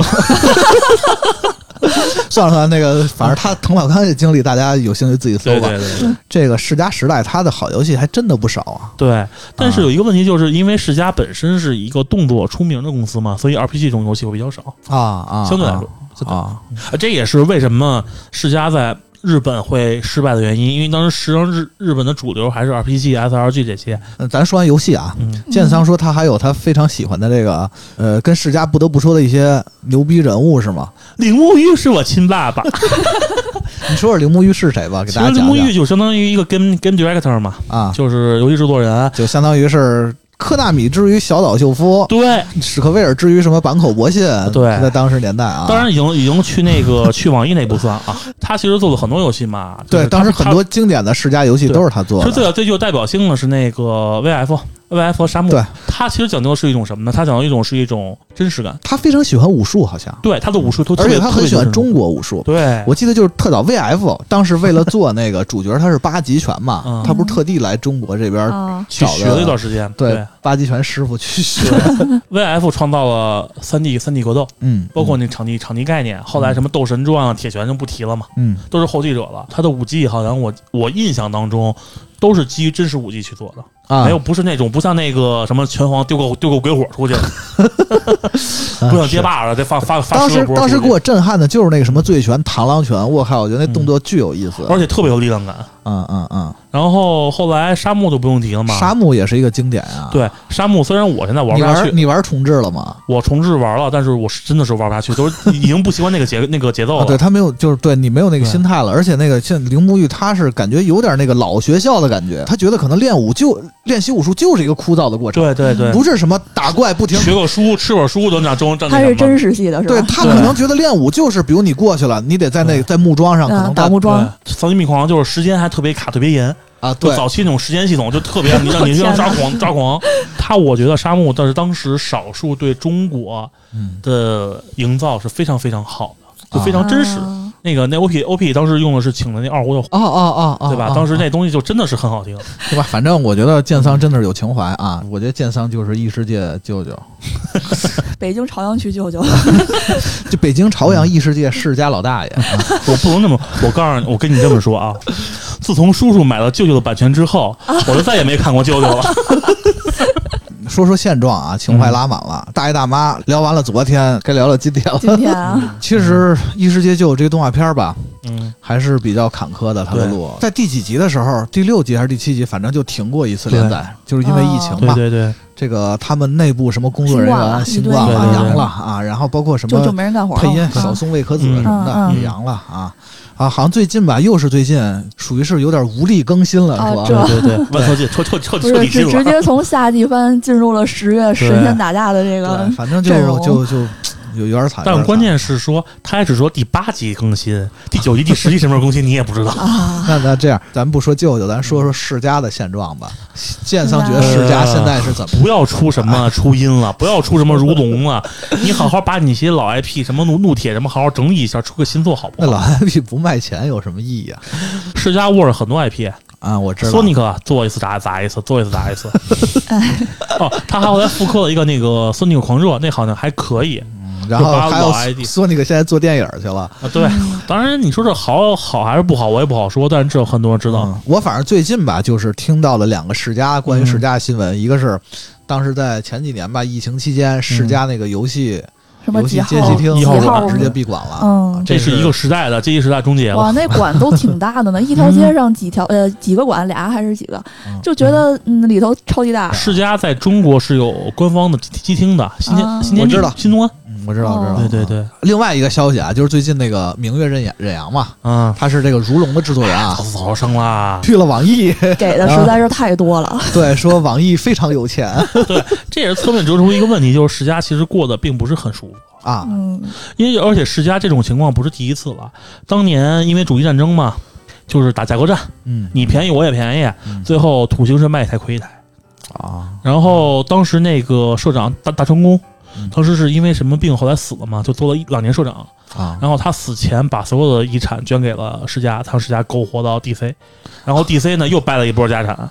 S1: 算了算了，那个反正他藤岛康介经历，大家有兴趣自己搜
S5: 对
S1: 吧。
S5: 对对对。
S1: 这个世家时代，他的好游戏还真的不少啊。
S5: 对， 但是有一个问题，就是因为世嘉本身是一个动作出名的公司嘛，所以 RPG 这种游戏会比较少，
S1: 啊啊，
S5: 相对来说，
S1: 啊，
S5: 呃这也是为什么世嘉在日本会失败的原因，因为当时实际上日日本的主流还是 RPG、SRG 这些。
S1: 呃咱说完游戏啊，
S5: 嗯，
S1: 剑桑说他还有他非常喜欢的这个，呃，跟世家不得不说的一些牛逼人物是吗？
S5: 铃木玉是我亲爸爸，
S1: 你说说铃木玉是谁吧，给
S5: 其
S1: 大家
S5: 实铃
S1: 讲
S5: 木玉
S1: 讲
S5: 就相当于一个 game game director 嘛，
S1: 啊，
S5: 就是游戏制作人。
S1: 就相当于是科纳米之于小岛秀夫，
S5: 对，啊
S1: 史克威尔之于什么坂口博信，
S5: 对
S1: 在当时年代啊，
S5: 当然已经已经去 那个去网易那不算啊，他其实做了很多游戏嘛。就是
S1: 对，当时
S5: 他
S1: 很多经典的世家游戏
S5: 对
S1: 都是他做
S5: 他其实最
S1: 的，
S5: 最具有代表性的是那个 VF。VF 和沙漠，
S1: 对
S5: 它其实讲究的是一种什么呢？它讲究一种是一种真实感。
S1: 他非常喜欢武术，好像，
S5: 对，它的武术都特
S1: 而
S5: 别
S1: 且他很喜欢中。国武术
S5: 特。别真实
S1: 我记得就是特早 VF 当时为了做那个主角，他是八极拳嘛
S5: 嗯，
S1: 他不是特地来中国这边
S6: 啊，
S5: 对，去
S1: 找
S5: 学了一
S1: 的
S5: 段时间。
S1: 对八极拳师傅去学，
S5: ，VF 创造了三 D 三 D 格斗，
S1: 嗯，
S5: 包括那场地场地概念。后来什么斗神传啊、铁拳就不提了嘛，
S1: 嗯
S5: 都是后继者了。他的武技好像我我印象当中都是基于真实武技去做的，
S1: 啊，
S5: 没有不是那种不像那个什么拳皇丢个丢个鬼火出去，不想
S1: 接
S5: 街霸了，再 发发发
S1: 啊当
S5: 十
S1: 时
S5: 个波
S1: 当时
S5: 出
S1: 给
S5: 去
S1: 我震撼的就是那个什么醉拳、螳螂拳，我靠，我觉得那动作巨有意思。
S5: 嗯而且特别有力量感。
S1: 嗯嗯嗯，
S5: 然后后来沙漠就不用提了嘛。
S1: 沙漠也是一个经典啊。，
S5: 对沙漠，虽然我现在玩
S1: 你
S5: 不下
S1: 玩
S5: 去，
S1: 你玩重置了吗？
S5: 我重置玩了，但是我是真的是玩不下去，都 是已经不习惯那个节那个节奏
S1: 啊，
S5: 了。
S1: 对他没有，就是对你没有那个
S5: 哦对
S1: 心态了，而且那个像铃木玉，他是感觉有点那个老学校的感觉，他觉得可能练武就练习武术就是一个枯燥的过程，
S5: 对对对
S1: 不是什么打怪不停。
S5: 学个书，吃本书都能长中长
S6: 他是真实系的是
S1: 对
S6: 吧？嗯
S1: 他可能觉得练武就是，比如你过去了，你得在那
S5: 对
S1: 在木桩上可能
S6: 嗯，打木桩，
S5: 对，丧心病狂就是时间还特别卡，特别严。
S1: 啊，
S5: 就
S1: 对，
S5: 早期那种时间系统就特 别让你让你让
S6: 天
S5: 你抓
S6: 哪
S5: 狂抓狂。他我觉得沙漠，但是当时少数对中国
S1: 嗯
S5: 的营造是非常非常好的，就非常
S6: 啊
S5: 真实。那个那 OP OP 当时用的是请的那二胡的，
S1: 哦哦哦哦，
S5: 对吧？
S1: 哦
S5: 当时
S1: 哦
S5: 那东西就真的是很好听。
S1: 对吧？反正我觉得建桑真的是有情怀啊！我觉得建桑就是异世界舅 舅，
S6: 北京朝阳区舅 舅，
S1: 就北京朝阳异世界世家老大爷。啊
S5: 我不能那么，我告诉你，我跟你这么说啊，自从叔叔买了舅舅的版权之 后，我就再也没看过舅舅了。
S1: 说说现状啊，情怀拉满了。大爷大妈聊完了昨天，该聊聊今天了。
S6: 今天啊，
S1: 其实《异世界舅舅》这个动画片儿吧，
S5: 嗯，
S1: 还是比较坎坷的，它的
S5: 对
S1: 路。在第几集的时候，第六集还是第七集，反正就停过一次连
S6: 嗯
S1: 载，就是因为疫情
S5: 对
S1: 嘛。
S5: 对对，
S1: 这个他们内部什么工作人员新
S6: 新
S1: 冠
S6: 冠
S5: 了一堆
S1: 啊
S5: 人
S1: 阳了啊，然后包括什
S6: 就就
S1: 么
S6: 没人干活了。
S1: 配音
S6: 啊
S1: 小松未可子什么的
S6: 嗯嗯
S1: 也阳了啊啊，好像最近吧，又是最近，属于是有点无力更新了，
S6: 哦
S1: 是
S6: 这
S1: 吧？
S5: 对对对，万头进彻彻彻
S6: 不
S5: 彻
S6: 是
S5: 底进
S6: 直直
S5: 了。
S6: 接从夏季番进入了十月神仙打架的这个
S1: 对，，反正就
S6: 阵容
S1: 就就有有点惨。啊有
S5: 但
S1: 点
S5: 关
S1: 惨
S5: 键是说，他还只说第八集更新，第九集、第十集什么时候更新你也 不知道。
S6: 啊，
S1: 那那这样，咱不说舅舅，咱说说世家的现状吧。建桑觉得
S6: 嗯
S1: 世家现在是怎么？
S5: 不要出什么初音了，不要出什么如龙了，你好好把你一些老 IP，什么怒怒铁什么，好好整理一下，出个新作好不
S1: 那老
S5: 好？
S1: IP 不卖钱有什么意义啊？
S5: 世嘉沃尔很多 IP，
S1: 啊，我知道。
S5: 索尼克做一次打砸一次，做一次打 一次。哦，他还后来复刻了一个那个索尼克狂热，那好像还可以
S1: 然后
S5: 就把
S1: 还
S5: 老 ID
S1: 有索尼克现在做电影去了。
S5: 啊。 对，当然你说这好好还是不好，我也不好说，但是这很多人知道
S1: 嗯，我反正最近吧，就是听到了两个世家关于
S5: 嗯
S1: 世家的新闻，一个是当时在前几年吧，疫情期
S5: 嗯
S1: 间世家那个游戏、
S6: 什么
S1: 游戏
S6: 几号
S1: 街机厅
S5: 一号
S6: 馆
S1: 直接闭馆了。
S6: 嗯。
S5: 这是一个时代的这一时代终结
S6: 哇，
S5: 了。
S6: 那馆都挺大 的呢，一条街上几条呃几个馆，俩还是几个
S1: 嗯，
S6: 就觉得嗯里头超级大。
S5: 世嘉在中国是有官方的机机厅的，新
S6: 啊
S5: 天新天
S1: 我
S5: 地
S1: 知道
S5: 新东安，
S1: 嗯，我知道，我知
S6: 哦
S1: 道。
S5: 对对对，
S1: 另外一个消息啊，就是最近那个明月忍阳忍阳嘛，
S5: 啊，
S1: 他是这个如龙的制作人啊
S5: 早，早生啦。
S1: 去了网易，
S5: 嗯
S6: 给的实在是太多 了，
S1: 对，说网易非常有钱
S5: 这也是侧面折出一个问题，就是世嘉其实过得并不是很舒服，
S1: 啊，
S6: 嗯，
S5: 因为而且世嘉这种情况不是第一次了，当年因为主义战争嘛，就是打价格战，
S1: 嗯
S5: 你便宜我也便宜，
S1: 嗯
S5: 最后土行神卖一台亏一台。
S1: 啊，
S5: 然后当时那个社长大大成功
S1: 嗯，
S5: 当时是因为什么病后来死了嘛，就做了一两年社长。
S1: 啊，
S5: 然后他死前把所有的遗产捐给了世嘉，他让世嘉苟活到 DC，然后 DC 呢又败了一波家产，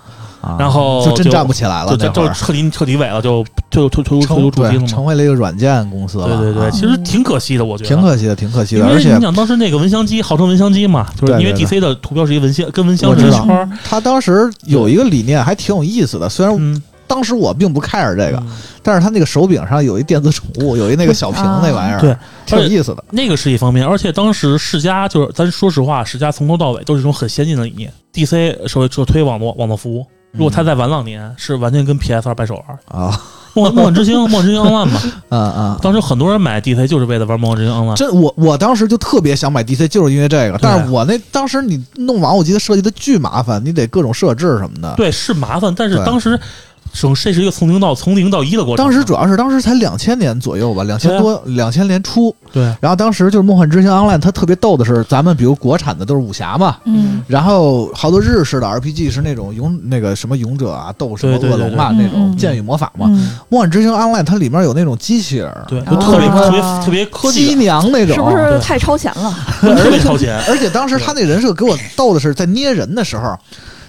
S5: 然后
S1: 就真
S5: 就
S1: 站不起来了
S5: 就，
S1: 啊那
S5: 就
S1: 会
S5: 就
S1: 儿
S5: 彻底彻底萎了，就就退退
S1: 成
S5: 出退出主机了
S1: 对
S5: 嘛
S1: 成。为了一个软件公司了，
S5: 对对对，
S1: 啊
S5: 其实挺可惜的，我觉得
S1: 挺可惜的，挺可惜
S5: 因
S1: 的，
S5: 为
S1: 而且
S5: 你想当时那个蚊香机，号称蚊香机嘛，就是因为
S1: 对对
S5: DC 的图标是一蚊香，跟蚊香
S1: 我
S5: 是
S1: 知
S5: 一
S1: 道
S5: 圈儿。
S1: 他当时有一个理念还挺有意思的，虽然
S5: 嗯，
S1: 当时我并不 care 这个，
S5: 嗯
S1: 但是他那个手柄上有一电子宠物，有一那个小屏那玩意儿，
S5: 对，
S1: 挺有意思的。
S5: 那个是一方面，而且当时世嘉就是咱说实话，世嘉从头到尾都是一种很先进的理念，DC 首首推网络网络服务。如果他在晚两年，是完全跟 PS 二掰手腕儿，
S1: 啊
S5: 《梦梦幻之星》《梦幻之星 Online》嘛。
S1: 啊啊！
S5: 当时很多人买 DC 就是为了玩《梦幻之啊星 Online》。
S1: 真我我当时就特别想买 DC，就是因为这个。
S5: 对啊
S1: 但是我那当时你弄网，我记得设计的巨麻烦，你得各种设置什么的。
S5: 对，是麻烦，但是
S1: 对
S5: 当时从这是一个从零到从零到一的过程。
S1: 当时主要是当时才两千年左右吧，两千
S5: 啊
S1: 多，两千年初。
S5: 对，
S1: 然后当时就是《梦幻之星 Online》，它特别逗的是，咱们比如国产的都是武侠嘛，
S6: 嗯
S1: 然后好多日式的 RPG 是那种勇那个什么勇者啊、斗什么
S5: 对对
S1: 恶
S5: 对
S1: 龙啊
S6: 对
S1: 那种
S6: 嗯嗯
S1: 剑与魔法嘛，
S6: 嗯，
S1: 梦幻之星 Online》它里面有那种机器人儿，
S5: 对，
S6: 啊
S5: 就特别特别
S6: 啊
S5: 特别科
S1: 机
S5: 技感，
S1: 娘那种，
S6: 是不
S5: 哦
S6: 是太超前了？
S5: 特别超前。
S1: 而且当时他那人设给我逗的是，在捏人的时候，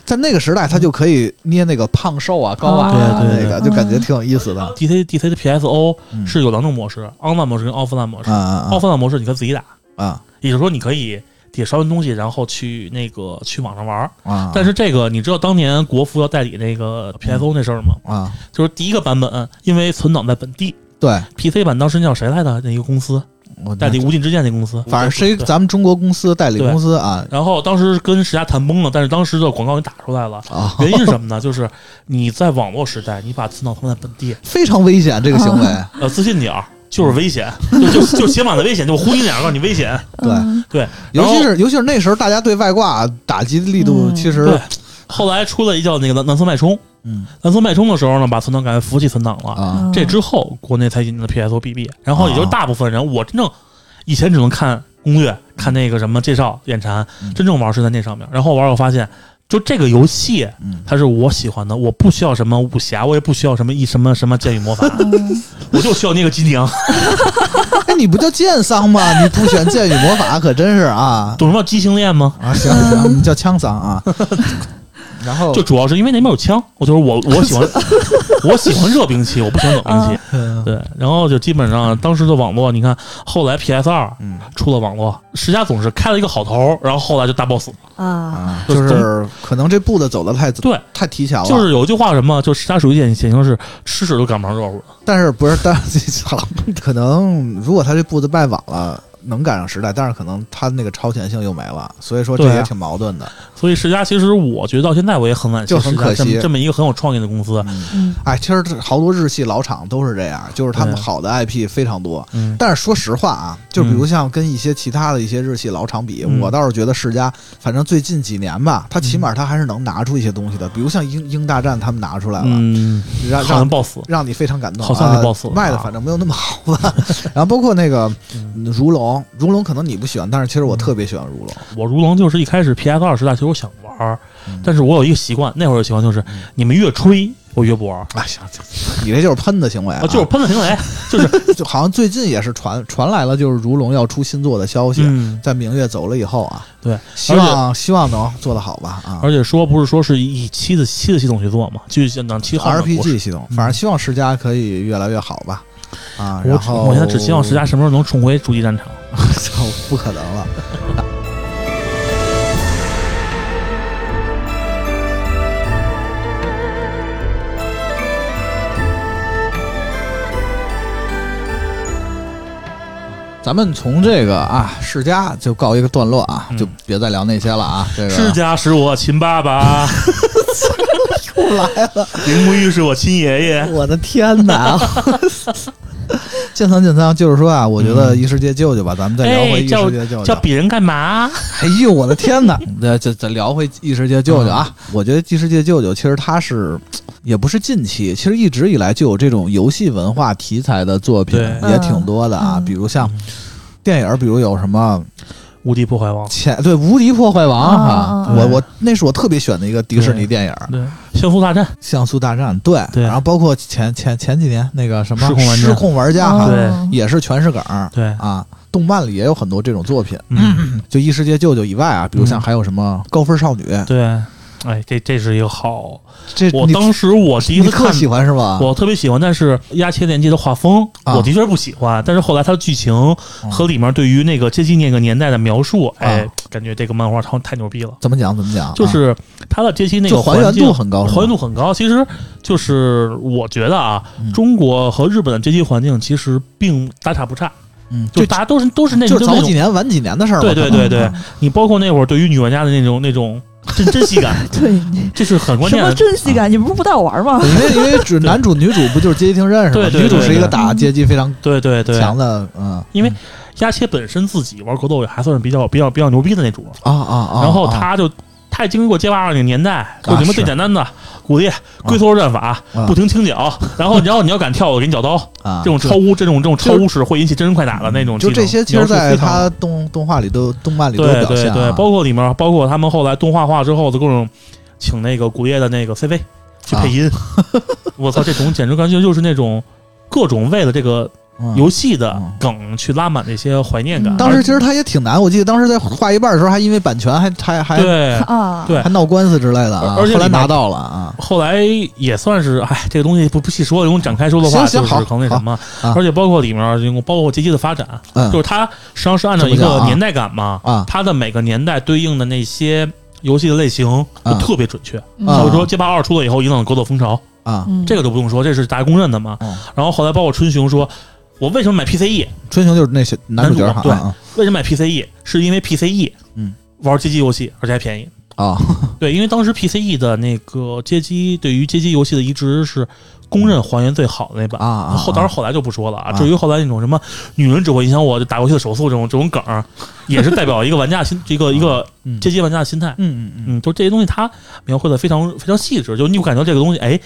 S1: 在那个时代他就可以捏那个胖瘦啊、高啊
S5: 对对
S1: 那
S5: 对
S1: 个，就感觉挺有意思的。
S5: DC DC 的 PSO
S1: 嗯
S5: 是有两种模式，online 模式跟 offline 模式。
S1: 啊啊
S5: offline 模式你可以自己打，
S1: 啊
S5: 也就是说你可以底下烧完东西，然后去那个去网上玩儿。
S1: 啊嗯啊！
S5: 但是这个你知道当年国服要代理那个 PSO 那事儿吗？
S1: 啊，
S5: 就是第一个版本，因为存档在本地
S1: 对，
S5: ，PC 版当时叫谁来的？那一个公司
S1: 我
S5: 代理《无尽之剑》那公司，
S1: 嗯反正是一
S5: 对
S1: 咱们中国公司代理公司啊
S5: 然后当时跟石家谈崩了，但是当时的广告已经打出 来了。
S1: 啊，
S5: 原因是什么呢？就是你在网络时代，你把存档放在本地，
S1: 非常危险这个行为。
S5: 呃，自信点儿就是 危险，就就就写满了危险，就呼一点儿告诉你危险。
S1: 对
S6: 嗯
S5: 对，
S1: 尤
S5: 然后
S1: 其是尤其是那时候，大家对外挂打击力度
S6: 嗯
S1: 其
S5: 对
S1: 实，
S5: 后来出了一叫那个南南村脉冲，
S1: 嗯
S5: 南村脉冲的时候呢，把存档改为服务器存档了。
S1: 啊
S6: 嗯
S5: 这之后，国内才引进了 PSOBB，然后也就是大部分人，我真正以前只能看攻略、看那个什么介绍、眼馋
S1: 嗯，
S5: 真正玩是在那上面。然后玩我发现，就这个游戏
S1: 嗯
S5: 它是我喜欢的，我不需要什么武侠，我也不需要什么一什么什么剑与魔法，
S6: 嗯
S5: 我就需要那个机灵，
S1: 哎，你不叫剑桑吗？你不选剑与魔法，可真是啊
S5: 懂什么叫畸形恋吗？
S1: 啊！行行，你叫枪桑 啊。然后
S5: 就主要是因为那边有枪，我就是我我喜欢我喜欢热兵器，我不喜欢冷兵器。
S2: 嗯
S5: 对，然后就基本上当时的网络，你看后来 PS 二
S1: 嗯
S5: 出了网络，石家总是开了一个好头，然后后来就大 boss。
S6: 啊，
S1: 啊，就
S5: 就是
S1: 可能这步子走的太
S5: 对，
S1: 太提前了，
S5: 就，是有一句话什么，就石家属于典典型是吃屎都赶不上热乎的。
S1: 但是不是，但是可能如果他这步子迈晚了，能赶上时代，但是可能他那个超前性又没了，所以说这
S5: 对啊
S1: 也挺矛盾的。
S5: 所以石家其实我觉得到现在我也很惋惜，
S1: 就很
S5: 石家
S1: 可惜
S5: 这么这么一个很有创意的公司。
S6: 嗯
S1: 哎，其实这好多日系老厂都是这样，就是他们
S5: 对啊
S1: 好的 IP 非常多。
S5: 嗯，
S1: 但是说实话啊，就比如像跟一些其他的一些日系老厂比，
S5: 嗯
S1: 我倒是觉得世嘉，反正最近几年吧，它起码它还是能拿出一些东西的，比如像英英大战他们拿出来了，
S5: 嗯，
S1: 让
S5: 好
S1: 让
S5: 像 boss
S1: 让你非常感动，
S5: 好像是
S1: 啊
S5: boss 了
S1: 卖的
S5: 啊
S1: 反正没有那么好吧。 然后包括那个嗯如龙，如龙可能你不喜欢，但是其实
S5: 嗯
S1: 我特别喜欢如龙。
S5: 我如龙就是一开始 PS 二时代，其实我想玩儿
S1: 嗯，
S5: 但是我有一个习惯，那会儿的习惯就是你们越吹我越不玩儿。
S1: 哎呀， 你这就是喷的行为啊！
S5: 啊，就是喷的行为，
S1: 就好像最近也是传传来了，就是如龙要出新作的消息，啊
S5: 嗯，
S1: 在明月走了以后啊，
S5: 对，
S1: 希望希望能做得好吧啊
S5: 而且说不是说是以七的七的系统去做嘛，就是像讲七号的模式。
S1: ！RPG 系统，反正希望世嘉可以越来越好吧。啊，然后
S5: 嗯我我现在只希望石家什么时候能重回主机战场。
S1: 操，不可能了。 咱们从这个啊世家就告一个段落啊，
S5: 嗯
S1: 就别再聊那些了啊。这个
S5: 世家是我亲 爸爸，
S1: 又来了，
S5: 铃木玉是我亲爷爷。
S1: 我的天哪！ 建仓建仓，就是说啊，我觉得异世界舅舅吧，咱们再聊回
S5: 哎
S1: 异
S5: 叫
S1: 世界舅舅
S5: 叫。鄙人干嘛？
S1: 哎呦，我的天哪！那这再聊回异世界舅舅啊，我觉得异世界舅舅其实它是。也不是近期，其实一直以来就有这种游戏文化题材的作品
S5: 对
S1: 也挺多的啊，
S6: 嗯
S1: 比如像电影，比如有什么
S5: 无敌破坏王。
S1: 前对《无敌破坏王》哈、
S6: 啊啊
S1: 我
S5: 啊
S1: 我那是我特别选的一个迪士尼电影《
S5: 对，像素大战。
S1: 像素大战》对，
S5: 对
S1: 然后包括前前前几年那个什么
S5: 失控玩家
S1: 失控玩家哈、
S5: 对
S6: 哦
S1: 也是全是梗儿
S5: 对，
S1: 啊，动漫里也有很多这种作品，
S5: 嗯，
S1: 就异世界舅舅以外啊，比如像
S5: 嗯
S1: 还有什么高分少女，
S5: 对，哎，这这是一个好。
S1: 这
S5: 我
S1: 你
S5: 当时我第一
S1: 你
S5: 次
S1: 特
S5: 看，
S1: 喜欢是吧？
S5: 我特别喜欢，但是压切年纪的画风，
S1: 啊
S5: 我的确不喜欢。但是后来它的剧情和里面对于那个接近那个年代的描述，
S1: 啊
S5: 哎，感觉这个漫画超太牛逼了。
S1: 怎么讲怎么讲，
S5: 就是它的接近那
S1: 啊就
S5: 个
S1: 还原
S5: 环境
S1: 度很高是吧
S5: 还原度很高。其实就是我觉得啊，
S1: 嗯
S5: 中国和日本的街机环境其实并大差不差，
S1: 嗯，
S5: 就
S1: 就
S5: 大家都是都是那
S1: 就
S5: 种
S1: 是
S5: 那
S1: 早
S5: 种
S1: 几年晚几年的事儿嘛。
S5: 对对对对
S1: 嗯，，
S5: 你包括那会儿对于女玩家的那种那种珍珍惜 感，
S6: 对，你
S5: 这是嗯很关
S6: 什
S5: 键啊的。
S6: 么珍惜感？你不是不带我 玩吗？
S1: 因为因为只男主女主不就是街机厅认识的吗？
S5: 对对对
S1: 女主是一个
S5: 对
S1: 打街机非常
S5: 对对对，
S1: 强的，嗯，
S5: 因为鸭切本身自己玩格斗也还算是比较比较比较牛逼的那种，
S1: 啊啊啊，
S5: 然后
S1: 啊
S5: 他就他也经历过街霸二那个年代，就你们
S1: 是
S5: 最简单的骨裂、龟缩战法
S1: 啊，
S5: 不停 清脚，然后然后你要敢跳，我给你绞刀，
S1: 啊
S5: 这种超巫这种这种超巫式会引起真人快打的那种技
S1: 就
S5: 能，
S1: 这些，其
S5: 描
S1: 实
S5: 述
S1: 在
S5: 非常
S1: 他动动画里都动漫里都有
S5: 对
S1: 表
S5: 对
S1: 现
S5: 对
S1: 啊，，
S5: 包括里面包括他们后来动画化之后的各种请那个骨裂的那个 CV 去
S1: 啊
S5: 配音，我操，这种简直感觉就是那种各种为了这个
S1: 嗯
S5: 游戏的
S1: 嗯
S5: 梗去拉满这些怀念感。
S6: 嗯
S1: 当时
S5: 而
S1: 其实他也挺难，我记得当时在画一半的时候，还因为版权还还还
S5: 对
S6: 啊，
S5: 对
S1: 还闹官司之类的啊，
S5: 而而且
S1: 后来
S5: 里面
S1: 拿到了啊，
S5: 后来也算是，哎，这个东西不不细说，因为展开说的话
S1: 行行
S5: 就是
S1: 好
S5: 可能那什么
S1: 好啊，
S5: 而且包括里面就包括街机的发展，就
S1: 嗯
S5: 是它实际上是按照一
S1: 怎么
S5: 个
S1: 讲啊
S5: 年代感嘛，
S1: 啊
S5: 它的每个年代对应的那些游戏的类型就
S1: 啊
S5: 特别准确。
S6: 嗯
S5: 比
S1: 啊
S5: 如说街霸二出了以后引领了格斗风潮，
S1: 啊，
S6: 嗯
S5: 这个就不用说，这是大家公认的嘛。
S1: 嗯
S5: 然后后来包括春雄说，我为什么买 PCE？
S1: 春雄就是那些男主角
S5: 男主
S1: 哈，
S5: 对
S1: 啊
S5: 为什么买 PCE？是因为 PCE，
S1: 嗯，
S5: 玩街机游戏而且还便宜。
S1: 啊
S5: 对，因为当时 PCE 的那个街机对于街机游戏的移植是公认还原最好的那版。
S1: 啊啊，
S5: 后当然后来就不说了啊，
S1: 啊
S5: 至于后来那种什么女人只会影响我就打游戏的手速这种这种梗儿，也是代表一个玩家心，一个 一个
S1: 嗯
S5: 街机玩家的心态。
S1: 嗯嗯嗯
S5: 嗯，就这些东西它描绘的非常非常细致，就你会感觉这个东西，哎，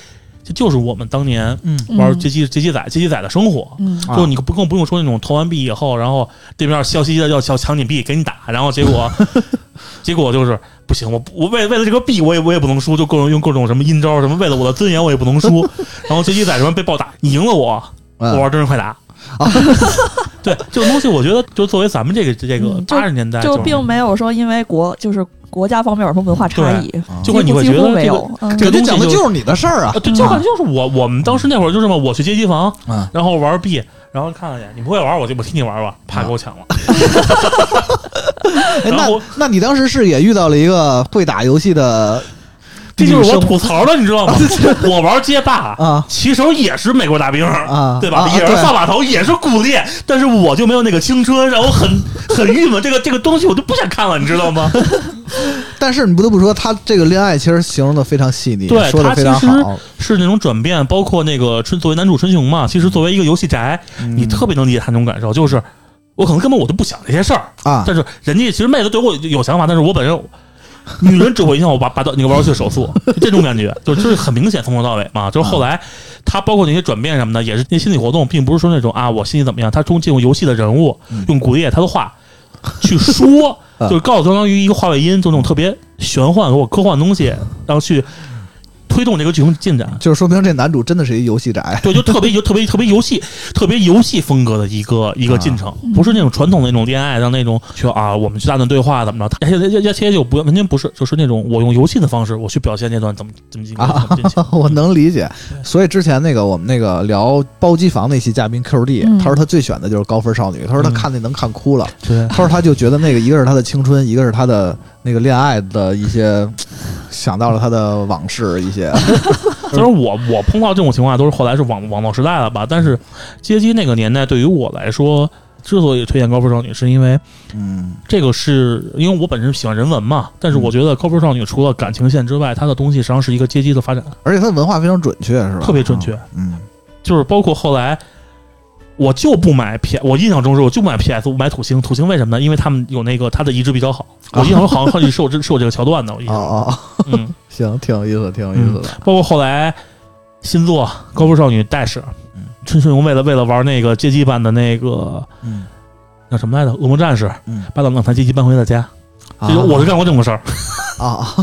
S5: 这就是我们当年
S1: 嗯
S5: 玩街机街机仔街机仔的生活。
S6: 嗯
S1: 啊
S5: 就你不更不用说那种投完币以后，然后对面笑嘻嘻的要想抢你币给你打，然后 结果结果就是不行，我不我为为了这个币我也我也不能输，就各种用各种什么阴招什么，为了我的尊严我也不能 输。然后街机仔什么被暴打，你赢了我，
S1: 嗯啊
S5: 我玩真人快打。 对这种东西，我觉得就作为咱们这个这个
S6: 嗯就
S5: 八十年代
S6: 就
S5: 90
S6: 并没有说因为国就是国家方面有什么文化差异，
S1: 啊
S5: 就会你会
S6: 几
S5: 觉
S6: 乎
S5: 得
S6: 没
S5: 这个
S6: 有。嗯
S5: 这个
S1: 人家讲
S5: 东西
S1: 的
S5: 就
S1: 就是你的事儿啊
S5: 啊，，对，就感觉就是我我们当时那会儿就是嘛，我去街机房，
S1: 嗯
S5: 然后玩币，然后看看去，你不会玩我就我替你玩吧，怕给我抢了。
S1: 哎，
S5: 然
S1: 那
S5: 后
S1: 那你当时是也遇到了一个会打游戏的
S5: 这就是我
S1: 女生
S5: 吐槽的，你知道吗？我玩街霸，
S1: 啊
S5: 骑手也是美国大兵，
S1: 啊，
S5: 对吧？
S1: 啊
S5: 也是
S1: 对
S5: 扫把头，也是骨裂，但是我就没有那个青春，让我很很郁闷。这个这个东西我就不想看了，你知 道吗？
S1: 但是你不得不说，他这个恋爱其实形容的非常细腻，
S5: 对
S1: 说的
S5: 他
S1: 非常
S5: 其实
S1: 好。
S5: 是那种转变，包括那个春作为男主春雄嘛，其实作为一个游戏宅，
S1: 嗯
S5: 你特别能理解他那种感受，就是我可能根本我就不想这些事儿，
S1: 啊，
S5: 但是人家其实妹子对我有想法，但是我本人，女人只会影响我拔拔到那个玩游戏的手速，就这种感觉，就就是很明显从头到尾嘛。就是后来他包括那些转变什么的，也是那些心理活动，并不是说那种啊我心里怎么样，他中进入游戏的人物
S1: 嗯
S5: 用骨裂他的话 去说，
S1: 啊
S5: 就是告诉相当于一个话外音，就那种特别玄幻或者科幻的东西，然后去推动这个剧情进展。
S1: 就是说明这男主真的是一游戏宅。
S5: 对，就特别就特别特别游戏，特别游戏风格的一个一个进程，不是那种传统的那种恋爱，让那种去啊，我们去大段对话怎么着，而且而且而且就不完全不是，就是那种我用游戏的方式，我去表现这段怎么怎么进行怎么进行。
S1: 我能理解，所以之前那个我们那个聊包机房那期嘉宾 QD，、
S6: 嗯
S1: 他说他最选的就是高分少女，他说他
S5: 嗯
S1: 看那能看哭了，
S5: 对，
S1: 他说他就觉得那个一个是他的青春，一个是他的那个恋爱的一些，想到了他的往事一 些，
S5: 虽然我我碰到这种情况都是后来是网网络时代了吧，但是街机那个年代对于我来说，之所以推荐高分少女，是因为
S1: 嗯
S5: 这个是因为我本身喜欢人文嘛，但是我觉得高分少女除了感情线之外，它的东西实际上是一个街机的发展，
S1: 而且他的文化非常准确，是吧？
S5: 特别准确。
S1: 嗯，
S5: 就是包括后来，我就不买 P，我印象中是我就不买 PS，我买土星。土星为什么呢？因为他们有那个它的移植比较好。
S6: 啊
S5: 我印象中好像好像是有这是有这个桥段的，我印
S1: 嗯，哦
S5: 象。
S1: 哦，哦
S5: 嗯，
S1: 行，挺有意思，挺有意思的，
S5: 包括后来新作《高分少女 Dash》，春
S6: 嗯
S5: 春荣为了为了玩那个街机版的那个
S1: 嗯
S5: 叫什么来着，《恶魔战士》，
S1: 嗯，
S5: 把咱们两台街机搬回了家。
S1: 啊
S5: 这就我是干过这
S6: 啊
S5: 种事儿。
S1: 啊，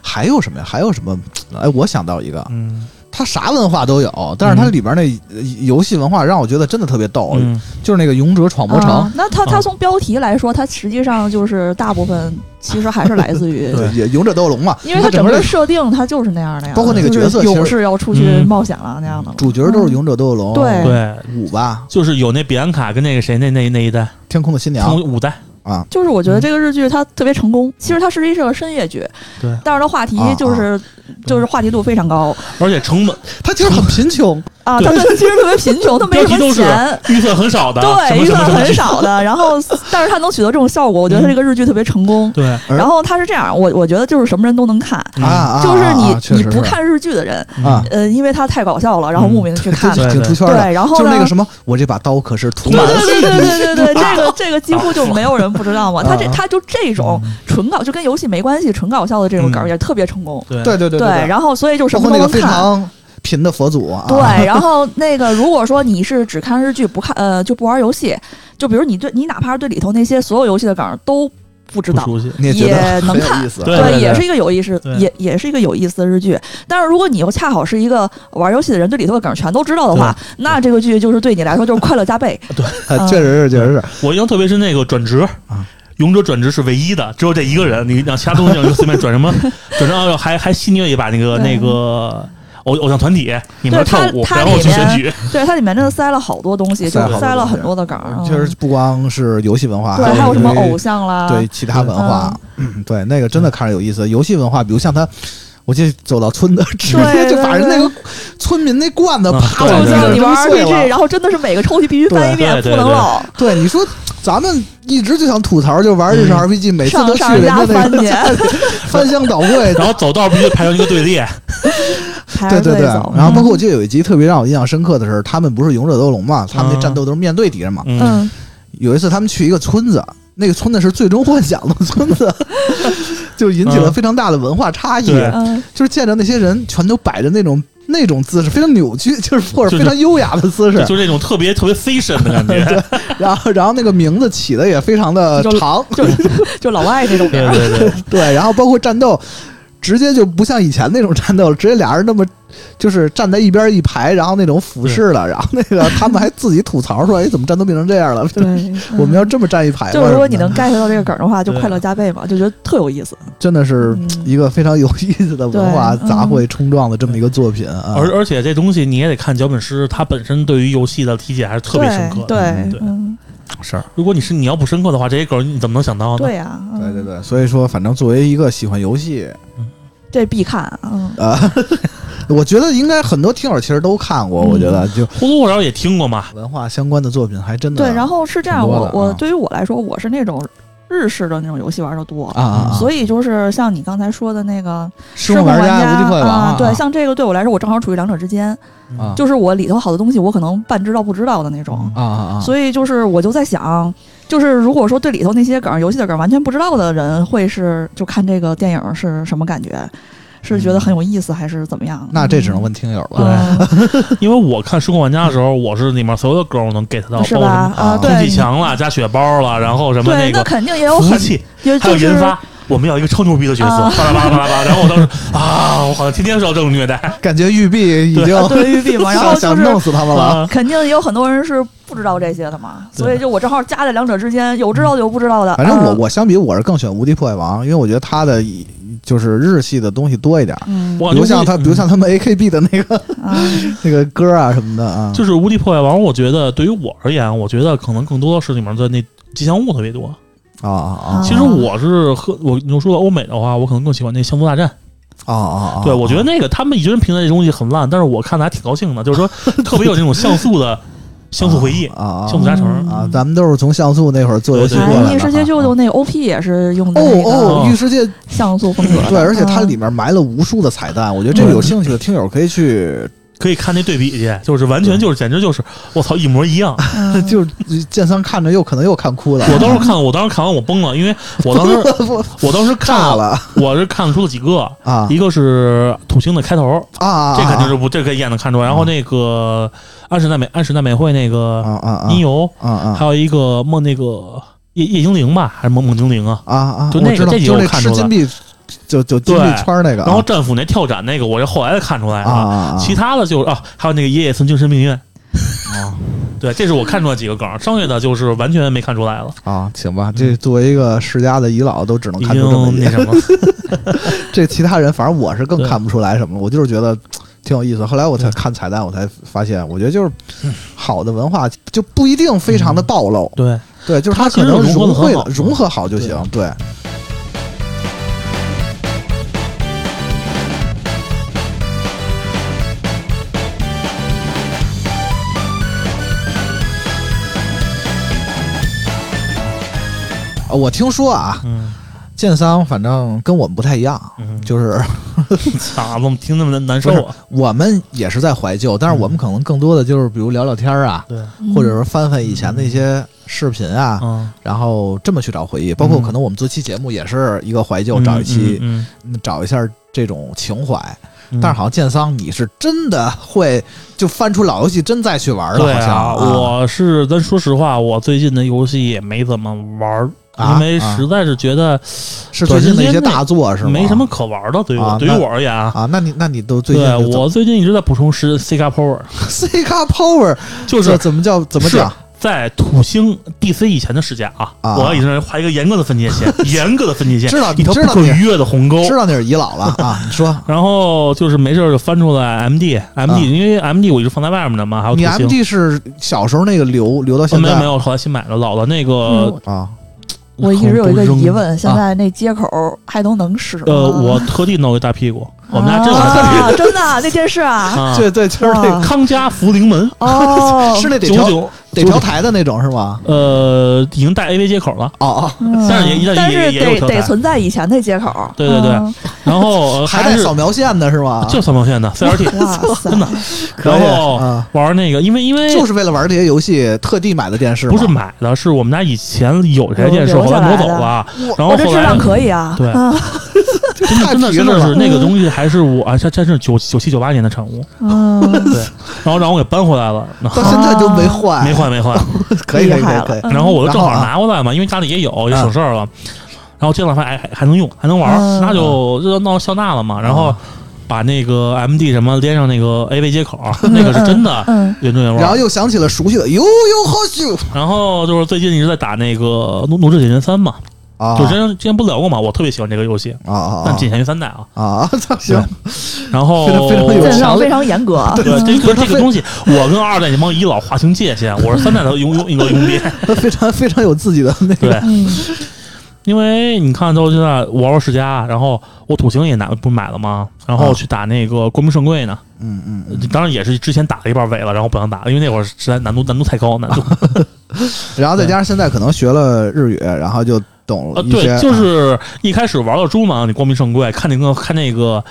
S1: 还有什么呀？还有什么？哎，我想到一个，
S5: 嗯，
S1: 它啥文化都有，但是它里边那呃游戏文化让我觉得真的特别
S6: 哦
S1: 逗，
S5: 嗯，
S1: 就是那个《勇者闯魔城》，
S6: 啊那它
S5: 啊
S6: 它从标题来说，它实际上就是大 部分其实还是来自于
S1: 也《勇者斗龙》嘛，
S6: 因为
S1: 它
S6: 它整
S1: 个
S6: 个
S1: 那
S6: 的设定它就是那样的呀，
S1: 包括那个角色
S6: 就是勇
S1: 其实
S6: 士要出去
S5: 嗯
S6: 冒险了那样的嘛，
S1: 主角都是《勇者斗龙》
S6: 嗯对
S5: 对，
S1: 五吧，
S5: 就是有那比安卡跟那个谁那那那一
S6: 啊
S5: 代，
S1: 《天空的新娘
S5: 从》五代，
S1: 啊，
S6: 就是我
S5: 嗯
S6: 觉得这个日剧它特别成功，其实它实际是个深夜剧，
S5: 对
S6: 但是它话题
S1: 啊
S6: 就是、就是话题度非常高
S5: 而且成本
S1: 他其实很贫穷，
S6: 啊，
S5: 对
S6: 他 们其实特别贫穷，他没
S5: 标
S6: 什
S5: 题
S6: 么
S5: 都是
S6: 钱。
S5: 预算很少的，什
S6: 对，
S5: 么
S6: 预
S5: 什么嗯
S6: 算
S5: 什么
S6: 很少的，然后， 但是他能取得这种效果，我觉得他这个日剧特别成功。
S5: 对
S1: 而
S6: 然后他是这样，我我觉得就是什么人都能看，
S5: 嗯
S1: 啊嗯啊，
S6: 就是你、
S1: 啊确
S6: 你
S1: 实
S6: 不
S1: 是
S6: 看日剧的人，
S1: 啊，
S6: 呃，因为他太搞笑了，然后
S5: 嗯
S6: 慕名地去看。
S5: 对
S1: 挺出圈的，
S6: 对然后
S1: 就是那
S6: 呢
S1: 个什么，我这把刀可是涂
S6: 对
S1: 满了
S6: 对对对对对对，这个这个几乎就没有人不知道嘛。他这
S1: 啊
S6: 他就这种纯搞，就跟游戏没关系，纯搞笑的这种
S5: 嗯
S6: 梗儿也特别成功。
S5: 对
S1: 对对对对，
S6: 然后所以就什
S1: 包
S6: 么
S1: 括
S6: 都
S1: 那个
S6: 能
S1: 非
S6: 看。
S1: 常啊贫的佛祖啊，
S6: 对，然后那个，如果说你是只看日剧不看，呃，就不玩游戏，就比如你对你哪怕是对里头那些所有游戏的梗儿都不知
S5: 不
S6: 道，
S5: 熟悉，
S1: 你也觉
S6: 也
S1: 得
S6: 能
S1: 很有
S6: 看
S1: 意思，
S5: 对对
S6: 也是一个有意思
S5: 对，
S6: 也也是一个有意思的日剧。但是如果你又恰好是一个玩游戏的人，对里头的梗儿全都知道的话，那这个剧就是对你来说就是快乐加倍。
S1: 啊确实是确实是，
S5: 我印象特别深那个转职
S1: 啊。
S5: 勇者转职是唯一的，只有这一个人。你让其他东西你就随便转什 么，转成还还戏虐一把那个
S6: 对
S5: 那个偶偶像团体，你们
S6: 对
S5: 跳
S6: 它
S5: 舞，
S6: 它
S5: 然后
S6: 里
S5: 去选
S6: 面
S5: 举，
S6: 对，它里面真的塞了好多东西，就
S1: 塞了好多
S6: 塞了
S1: 东西
S6: 很多的梗儿。嗯
S1: 确实不光是游戏文化，
S6: 对，还有什么偶
S1: 像
S6: 像啦，
S1: 对其他文化，嗯 对那个真的看着有意思。游戏文化，比如像他。我记得走到村 子，直接就把人那个村民那罐子
S5: 嗯
S1: 啪，
S5: 对
S1: 往
S6: 就
S5: 对
S6: 像
S1: 扔
S6: 你玩
S1: 碎了
S6: RPG，然后真的是每个抽屉必须翻一遍，
S5: 对对对
S6: 不能
S5: 对
S6: 漏，
S1: 对，你说咱们一直就想吐槽，就玩这种
S5: 嗯
S1: RPG，、每次
S6: 上
S1: 都去
S6: 上
S1: 人家
S6: 下
S1: 那
S6: 翻
S1: 个
S6: 年，
S1: 翻箱倒柜。
S5: 然后走道必须排成一个队 列。
S6: 排
S1: 对
S6: 着
S1: 对
S6: 队
S1: 对，
S6: 走
S1: 然后包括我记得有一集特别让我印象深刻的是，他们不是勇者斗龙嘛，他们那
S5: 嗯
S1: 战斗都是面对敌人嘛。
S5: 嗯，
S6: 嗯，
S1: 有一次他们去一个村子，那个村子是最终幻想的村 子，就引起了
S5: 嗯
S1: 非常大的文化差异。
S5: 对
S6: 嗯，
S1: 就是见着那些人全都摆着那种那种姿势，非常扭曲，就是或
S5: 就
S1: 者
S5: 是
S1: 非常优雅的姿势。
S5: 就那种特别特别 fashion 的感觉。
S1: 然后然后那个名字起的也非常的
S6: 就
S1: 长，
S6: 就就老外 那种名
S5: 对
S6: 儿，
S5: 对 对，
S1: 对，然后包括战斗，直接就不像以前那种战斗，直接俩人那么就是站在一边一排，然后那种俯视了，然后那个他们还自己吐槽说：“哎，怎么战斗变成这样了？
S6: 对嗯
S1: 我们要这么站一排吗？”
S6: 就如果你
S1: 什么啊
S6: 能 get 到这个梗儿的话，就
S5: 对
S6: 快乐加倍嘛，就觉得特有意思。
S1: 的，真的是
S6: 嗯
S1: 一个非常有意思的文化
S6: 对嗯
S1: 杂烩冲撞的这么一个作品啊。
S5: 而而且这东西你也得看脚本师他本身对于游戏的理解还是特别深刻的。
S6: 对
S1: 嗯，
S5: 对
S6: 嗯，
S1: 是，
S5: 如果你是你要不深刻的话，这些梗你怎么能想到呢？
S6: 对呀，嗯
S1: 对对，对，所以说，反正作为一个喜欢游戏，
S6: 这必看，嗯，
S1: 啊，我觉得应该很多听友其实都看
S6: 嗯
S1: 过，我觉得就
S5: 或多或少也听过嘛。
S1: 文化相关的作品还真的
S6: 对。然后是这样，
S1: 挺多
S6: 我
S1: 的啊
S6: 我对于我来说，我是那种日式的那种游戏玩的多。
S1: 啊啊，
S6: 嗯所
S1: 以
S6: 以就是像你刚才说的那个
S1: 失
S6: 控
S1: 控玩
S6: 家
S1: 家无敌破坏王啊，
S6: 啊对，像这个对我来说，我正好处于两者之间，
S1: 啊
S6: 就是我里头好多东西我可能半知道不知道的那种，
S1: 啊啊啊，
S6: 所以就是我就在想，就是如果说对里头那些梗儿、游戏的梗儿完全不知道的人，会是就看这个电影是什么感觉？是觉得很有意思，还是怎么样？
S1: 嗯那这只能问听友了。
S6: 嗯
S5: 因为我看《失控玩家》的时候，我是里面所有的梗我能 get 到，包括
S6: 是
S5: 什
S6: 吧？
S5: 么
S1: 啊
S6: 啊，对
S5: 空，气
S6: 你
S5: 墙了、加血包了，然后什么
S6: 对，
S5: 那
S6: 那
S5: 个
S6: 肯定也有
S5: 服务
S6: 很，
S5: 器，
S6: 也
S5: 还有
S6: 就是
S5: 研发。我们要一个超牛逼的角色，
S6: 啊
S5: 巴拉巴拉巴拉巴拉。然后我当时啊，我好像天天受这种虐待。
S1: 感觉玉碧已经
S6: 啊对玉 碧嘛，然后
S1: 想想
S6: 就是嗯
S1: 弄死他们了。
S5: 啊
S6: 肯定也有很多人是不知道这些的嘛，
S5: 对
S6: 所以就我正好夹在两者之间，有知道的有不知道的。
S1: 反正我
S6: 啊
S1: 我相比我是更喜欢无敌破坏王，因为我觉得他的就是日系的东西多一点，
S6: 嗯
S5: 我
S1: 比如像
S5: 无敌
S1: 他，比如像他们 AKB 的那个
S6: 啊
S1: 那个歌啊什么的啊，
S5: 嗯就是《无敌破坏王》，我觉得对于我而言，我觉得可能更多的是里面的那吉祥物特别多。
S1: 啊
S6: 嗯
S1: 啊
S5: 其实我是和我你说到欧美的话，我可能更喜欢那《降服大战》。
S1: 啊啊啊！
S5: 对，我觉得那个他们一堆人评价这东西很烂，但是我看的还挺高兴的，就是说特别有那种像 素的像素回忆，
S1: 啊
S5: 像素加成。
S1: 啊，咱们都是从像素那会儿做游戏
S5: 对
S1: 过
S5: 对
S1: 来
S6: 哎
S1: 的。
S6: 异世界就
S1: 啊
S6: 的那个 OP 也是用的那
S1: 哦
S6: 个
S1: 哦，
S5: 嗯
S1: 异世界
S6: 像素风格的，
S1: 对，而且它
S6: 嗯
S1: 里面埋了无数的彩蛋，我觉得这个有兴趣的听友可以去，
S5: 可以看那对比去，就是完全就是简直就是我操一模 一样。
S6: 嗯
S1: 就是剑三看着又可能又看哭了，
S5: 我当时看，我当时看完我崩了，因为我当时我当时看
S1: 炸， 了
S5: 我是看出了几个，
S1: 啊
S5: 一个是土星的开头，
S1: 啊啊！嗯
S5: 这肯定是不这个也能看出来。然后那个安室奈美安室奈美惠那
S1: 啊
S5: 个
S1: 啊啊
S5: 音游，
S1: 啊啊
S5: 还有一个梦那个夜夜精灵吧，还是梦梦精灵啊？
S1: 啊啊！
S5: 就
S1: 我
S5: 那个
S1: 知道
S5: 这几个
S1: 就是
S5: 我
S1: 那
S5: 看
S1: 吃
S5: 出来
S1: 金币就就金
S5: 对
S1: 币圈那个啊，
S5: 然后战斧那跳斩那个，我是后来才看出来
S1: 啊啊啊
S5: 其他的就是啊，还有那个爷爷曾精神病院。
S1: 啊
S5: 对，这是我看出来几个梗，剩下的就是完全没看出来了，
S1: 啊，行吧，这作为一个世家的遗老，都只能
S5: 嗯已
S1: 看出这么
S5: 经
S1: 一
S5: 那
S1: 点。
S5: 什么。
S1: 这其他人，反正我是更
S5: 对
S1: 看不出来什么了。我就是觉得挺有意思。后来我才看彩蛋，我才发现，我觉得就是好的文化就不一定非常的暴露，
S5: 对，
S1: 对，就是它
S5: 嗯它其
S1: 可
S5: 实
S1: 能
S5: 融合
S1: 融
S5: 得很
S1: 会
S5: 好
S1: 融合好就行，对。啊我听说啊，
S5: 嗯
S1: 建桑反正跟我们不太一样，
S5: 嗯，
S1: 就是
S5: 咋了？我们听那么难难受啊？
S1: 我们也是在怀旧，但是我们可能更多的就是比如聊聊天儿啊，
S5: 对，
S1: 或者说翻翻以前的一些视频啊，
S5: 嗯，
S1: 然后这么去找回忆。包括可能我们做期节目也是一个怀旧，找一期
S5: 嗯，
S1: 找一下这种情怀。
S5: 嗯
S1: 但是好像建桑你是真的会就翻出老游戏，真再去玩了，
S5: 对
S1: 好像
S5: 啊，我是咱说实话，我最近的游戏也没怎么玩儿，
S1: 啊
S5: 因为实在是觉得
S1: 是最近的一些
S5: 短时间内
S1: 大作是吗？
S5: 没什么可玩儿的，对于我
S1: 啊
S5: 对于
S1: 那
S5: 我而言啊。
S1: 啊，那你那你都最近
S5: 对
S1: 就
S5: 我最近一直在补充是 C 加 Power，
S1: C 卡 Power 就
S5: 就
S1: 是怎么叫怎么
S5: 是
S1: 讲
S5: 在土星 DC 以前的世界啊，
S1: 啊
S5: 我要以前画一个严格的分界 线，严格的分界线，
S1: 知道
S5: 一条
S1: 知道
S5: 不可
S1: 你
S5: 逾越的鸿沟。
S1: 知道那是遗老了啊？你说
S5: 然后就是没事儿就翻出来 MD MD，、
S1: 嗯
S5: 因为 MD 我一直放在外面的嘛，还有土
S1: 你
S5: 星。
S1: MD 是小时候那个留留到
S5: 哦
S1: 现
S5: 没
S1: 在
S5: 有没有，后来新买了老的那个。
S6: 嗯
S1: 啊？
S6: 我一直有一个疑问，现
S5: 啊
S6: 在那接口还都能使吗？
S5: 呃，我特地弄一大屁股，我们家真有 大屁股。
S6: 啊，真的啊那电 视啊，
S5: 啊，
S1: 对对，就是那个
S6: 哇
S5: 康佳福临门
S6: 哦，
S1: 是那得
S5: 九
S1: 调
S5: 九
S1: 得调台的那种是吗？
S5: 呃，已经带 AV 接口了。
S1: 哦
S6: 嗯
S5: 但是也也
S6: 但是
S5: 也也有
S6: 得
S5: 调
S6: 得
S5: 台
S6: 存在以前那接口，
S5: 对对对
S6: 嗯
S5: 然后
S1: 哦，
S5: 呃
S1: 还
S5: 还
S1: 带
S5: 是啊
S1: 扫描线的是吗？
S5: 就哦三毛线的 CRT，
S6: 哇塞，
S1: 可以
S5: 然后
S1: 啊，
S5: 玩那个，因为因为
S1: 就是为了玩这些游戏特地买的电视吗，
S5: 不是买的，是我们家以前有这台电视，
S6: 留
S5: 后
S6: 下
S5: 来
S6: 来
S5: 挪走
S6: 的
S5: 了。然后
S6: 我这
S5: 后
S6: 质
S5: 来
S6: 量可以啊，
S5: 对
S6: 啊
S5: 真的
S1: 太
S5: 真的
S1: 皮
S5: 真
S1: 实
S5: 的是
S1: 了
S5: 那个东西，还是我啊，这真是九九七九八年的产 物，
S6: 嗯，
S5: 然后让我给搬回来了，然后
S1: 到现在都没换，
S5: 没，换没换，
S1: 可以可以
S6: 啊厉
S1: 可
S6: 害
S1: 以
S6: 了
S1: 可以，
S5: 然后我就正好
S1: 然后啊嗯
S5: 拿过来嘛，因为家里也有，也省事儿了。然后这两发还还还能用，还能玩儿，
S6: 嗯
S5: 那就热闹笑纳了嘛。然
S1: 嗯
S5: 后把那个 MD 什么连上那个 AV 接口，那个是真的
S6: 嗯，
S5: 原汁原味
S1: 然后
S5: 儿。
S1: 又想起了熟悉的呦呦呵咻
S5: 然后就是最近一直在打那个《怒怒之铁拳三》嘛，
S1: 啊
S5: 就之前之前不聊过嘛，我特别喜欢这个游戏，
S1: 啊啊
S5: 但仅限于三代啊。
S1: 啊啊，操行
S5: 然后
S1: 非常非常有
S6: 质
S1: 钱
S6: 量非常严格，
S5: 对，这
S1: 不是
S5: 个
S1: 他
S5: 这个
S1: 非
S5: 东西，我跟二代那帮遗老划清界限，我是三代的佣佣一个佣兵。
S1: 他非常非常有自己的那个
S5: 对，
S6: 嗯，
S5: 因为你看到现在玩玩世家，然后我土星也拿不是买了吗？然后去打那个国民圣柜呢，
S1: 嗯啊嗯嗯，
S5: 当然也是之前打了一半尾了，然后不想打了，因为那会儿实在难度难度太高，难
S1: 啊
S5: 度
S1: 然后再加上现在可能学了日语，然后就懂
S5: 呃
S1: 了一些，啊
S5: 对，就是一开始玩到猪嘛，你光明圣柜看那个看那个。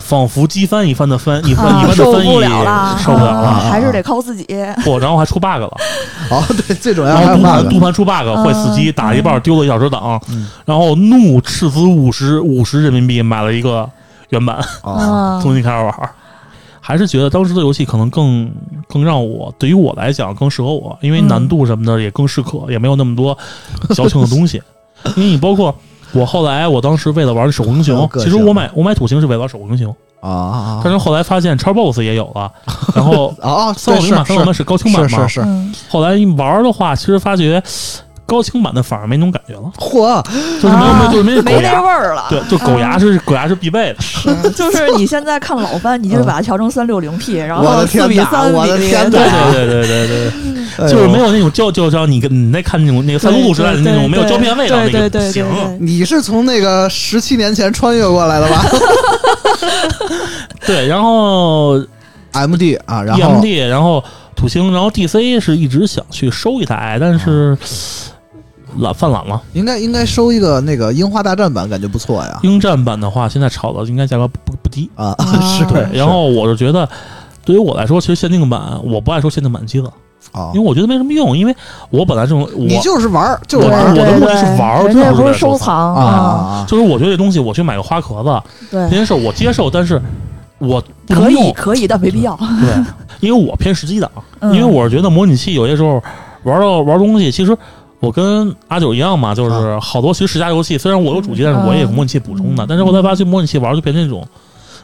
S5: 仿佛机翻一番的翻一番
S6: 啊
S5: 一番的
S6: 受
S5: 翻译，
S6: 不了了，
S5: 受不了啊
S6: 啊
S5: 了。
S6: 还是得靠自己，
S5: 不，然后还出 bug 了，
S1: 哦对，最主要
S5: 然
S1: 还
S5: 后
S1: 有
S5: 读盘
S1: bug
S5: 读盘出 bug
S6: 嗯
S5: 坏死机，打一半丢了一小时档
S1: 嗯，
S5: 然后怒斥资五十五十人民币买了一个原版，
S1: 啊
S6: 嗯，
S5: 重新开始玩儿，还是觉得当时的游戏可能更更让我对于我来讲更适合我，因为
S6: 嗯
S5: 难度什么的也更适可，也没有那么多矫情的东 西。因为你包括我后来，我当时为了玩守护英
S1: 很有
S5: 雄，
S1: 个
S5: 其
S1: 性
S5: 实我买我买土星是为了玩守护英雄，
S1: 啊啊
S5: 但是后来发现叉 boss 也 有了，然后
S1: 啊，对
S5: 三六零版
S1: 是
S5: 三六零版是高清版
S1: 是
S5: 嘛
S1: 是，是，
S6: 嗯
S5: 后来一玩儿的话，其实发觉高清版的反而没那种感觉 了，
S1: 嚯，
S5: 就是没有、
S6: 啊
S5: 就是没有狗
S6: 没那
S5: 牙，
S6: 味儿了。
S5: 对，就狗牙是、狗牙是 必备的。
S6: 嗯就是你现在看老番，你就把它调成三六零 P，然
S1: 我
S6: 后
S1: 的天
S6: 四比
S1: 哪
S6: 三比
S1: 我的天哪
S5: 对对对对对对。
S1: 啊哎呦
S5: 就是没有那种教教教你跟你在看那种那个赛璐璐时代的那种没有胶片味道那
S6: 对对
S5: 个
S6: 对
S5: 行
S6: 对，对，
S1: 你是从那个十七年前穿越过来的吧
S5: 对，然后
S1: ？MD 啊，然后
S5: EMD，然后土星，然后 DC 是一直想去收一台，但是
S1: 啊
S5: 懒犯懒了。
S1: 应该应该收一个那个樱花大战版，感觉不错呀。
S5: 英战版的话，现在炒的应该价格不不不低。
S1: 啊，
S6: 啊
S1: 是，
S5: 对，然后我就觉得。对于我来说，其实限定版我不爱收限定版机子，
S1: 啊
S5: 因为，我觉得没什么用。因为我本来这种我
S1: 你就是玩儿，就
S5: 我
S1: 是玩儿
S5: 我的
S6: 对
S5: 目的
S6: 对
S5: 是玩儿
S6: 人
S5: 就
S6: 家
S5: 是
S6: 不
S5: 为
S6: 是
S5: 了收
S6: 收
S5: 藏
S6: 藏
S1: 啊啊啊！
S5: 就是我觉得这东西我去买个花壳子
S6: 对
S5: 这，件事我接受，但是我不
S6: 可
S5: 能用
S6: 以。可以，但没必要。
S5: 对，因为我偏实际党，
S6: 嗯
S5: 因为我是觉得模拟器有些时候玩到玩东西，其实我跟阿九一样嘛，就是好多其实十佳游戏，虽然我有主机，但是我也有模拟器补充的。但是我在发现模拟器玩就变成那种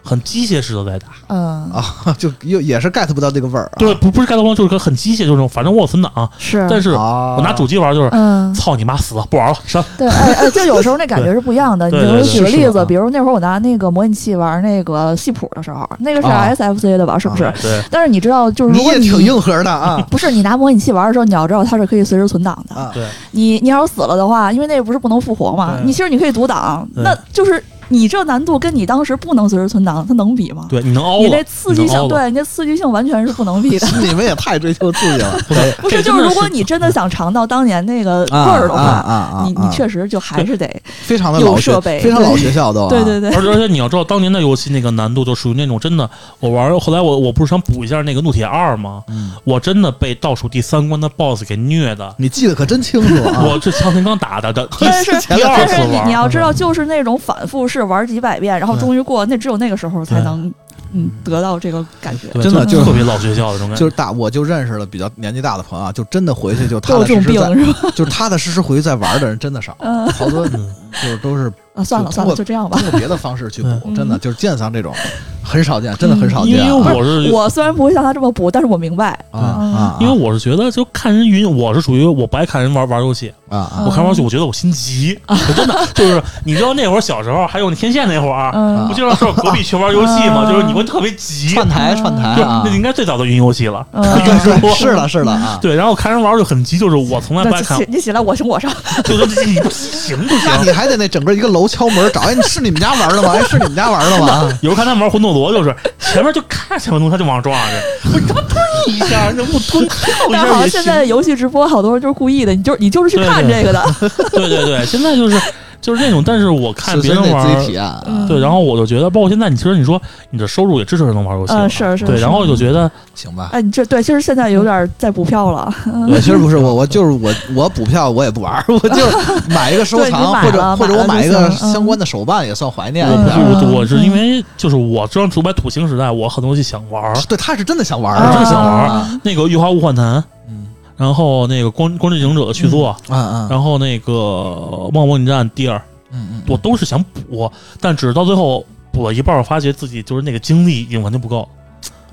S5: 很机械式的在打，
S6: 嗯，
S1: 啊，就又也是 get 不到这个味儿、啊。
S5: 对，不不是盖头光，就是很机械，就是那种反正我有存档，
S6: 是，
S5: 但是
S1: 啊，
S5: 我拿主机玩就是。
S6: 嗯。
S5: 操你妈死了，不玩了，删。
S6: 对，哎哎，就有时候那感觉是不一样的。你
S5: 对
S6: 比
S5: 对
S6: 如
S5: 对
S6: 举个
S1: 是
S6: 例
S1: 是
S6: 子
S1: 啊，
S6: 比如那会儿我拿那个模拟器玩那个戏谱的时候，那个是
S1: 啊
S6: SFC 的吧？是不是？
S5: 对，
S6: 但是你知道，就是如
S1: 你
S6: 果
S1: 也挺硬核的啊
S6: 不是你拿模拟器玩的时候，你要知道它是可以随时存档的。
S1: 啊！
S5: 对
S6: 你你要是死了的话，因为那个不是不能复活嘛，
S5: 对
S6: 你其实你可以读档，
S5: 对
S6: 那就是你这难度跟你当时不能随时存档，它能比吗？
S5: 对，你能凹了，
S6: 你那刺激
S5: 你能凹了，
S6: 性，对，你那刺激性完全是不能比的。
S1: 你们也太追求刺激了，
S6: 不
S5: 这
S6: 是，就
S5: 真的
S6: 如果
S5: 是
S6: 你真的想尝到当年那个味
S1: 啊
S6: 儿的话，
S1: 啊啊啊！
S6: 你你
S1: 啊
S6: 确实就还是得，
S1: 非常的
S6: 有
S1: 老学
S6: 设备
S1: 非常
S6: 对
S1: 老学校都、啊、
S6: 对对对，
S5: 而且而 且你要知道，当年的游戏那个难度就属于那种真的，我玩儿后来我我不是想补一下那个怒铁二吗？
S1: 嗯
S5: 我真的被倒数第三关的 BOSS 给虐的，
S1: 你记得可真清楚啊！
S5: 我这强行刚打 的的第
S6: 但哦是
S5: 第二
S6: 但
S5: 次
S6: 是你
S5: 玩儿，
S6: 你要知道，就是那种反复式玩几百遍，然后终于过，那只有那个时候才
S5: 对
S6: 能嗯得到这个感觉。
S5: 对
S1: 真的
S5: 就
S1: 就
S5: 特别老学校的这种感觉
S1: 就。是大，我就认识了比较年纪大的朋友啊，就真的回去就踏
S6: 都
S1: 踏
S6: 有这
S1: 实
S6: 种
S1: 实
S6: 病
S1: 在，
S6: 是吧？
S1: 就是踏踏实实回去再玩的人真的少，
S6: 嗯
S1: 好多就
S5: 嗯
S1: 是都是
S6: 啊，算了
S1: 就
S6: 算
S1: 通
S6: 了，
S1: 过
S6: 就这样吧
S1: 通。过别的方式去补，
S6: 嗯
S1: 真的就是剑桑这种很少见，真的很少
S5: 因
S1: 见
S5: 为
S1: 啊
S5: 我是
S6: 我虽然不会像他这么补，但是我明白，
S1: 啊啊！
S5: 嗯因为我是觉得就看人晕，我是属于我不爱看人玩玩游戏，
S1: 啊
S6: 哦
S1: 啊
S5: 我看玩游戏我觉得我心 急，我真的就是你知道那会儿小时候还有那天线那会儿，
S6: 嗯
S5: 不就是说隔壁群玩游戏吗？就是你会特别急，
S1: 串台串台
S5: 就
S1: 啊
S5: 那！应该最早的云游戏了。
S6: 嗯，
S1: 对，是了是了 啊！
S5: 对，然后看人玩就很急，就是我从来不
S6: 那
S5: 爱看
S6: 起，你起来，我行我上。
S5: 就是你不行不行
S1: 那。 你还得那整个一个楼敲门找，哎，你是你们家玩的吗？哎，是你们家玩的吗？
S5: 有时候看他们玩魂斗罗，就是前面就看前面东西，他就往上撞上去， 我他妈蹲你一下，那不蹲我一
S6: 但是
S5: 下
S6: 好像
S5: 也
S6: 现
S5: 行。
S6: 在的游戏直播好多人就是故意的，你就你就是去看这个的。
S5: 对对对，现在就是就是那种，但是我 看
S1: 是
S5: 别
S1: 真
S5: 人
S1: 得自己体验
S5: 玩，
S1: 啊！
S5: 对，
S6: 嗯
S5: 然后我就觉得，包括现在你其实你说你的收入也支持人能玩游戏了，
S6: 嗯是是
S5: 对，
S6: 是
S5: 然后我就觉得
S1: 行吧。
S6: 哎，你这对，其实现在有点在补票了。
S1: 我其实不是我，我就是我，我补票我也不玩儿，我就是 买一个收
S6: 对你
S1: 藏，
S6: 买
S1: 或
S6: 了
S1: 者或者我买
S6: 买了
S1: 一
S6: 就
S1: 个
S6: 行嗯
S1: 相关的手办，也算怀念
S5: 我
S1: 一
S5: 不
S1: 下
S5: 是
S1: 儿。
S5: 我
S6: 嗯
S5: 我是因为就是我知道主板土星时代，我很多东西想玩儿，
S1: 啊对，他是真的想玩儿，
S5: 我
S6: 啊
S5: 真的想玩儿
S1: 啊
S5: 那个《御花物换弹》，
S1: 嗯
S5: 然后那个《光光之行者》的续作，
S6: 啊
S1: 嗯嗯
S5: 然后那个《梦幻影战》第二，
S1: 嗯
S5: 我都是想补，但只是到最后补了一半儿，我发觉自己就是那个精力已经完全不够，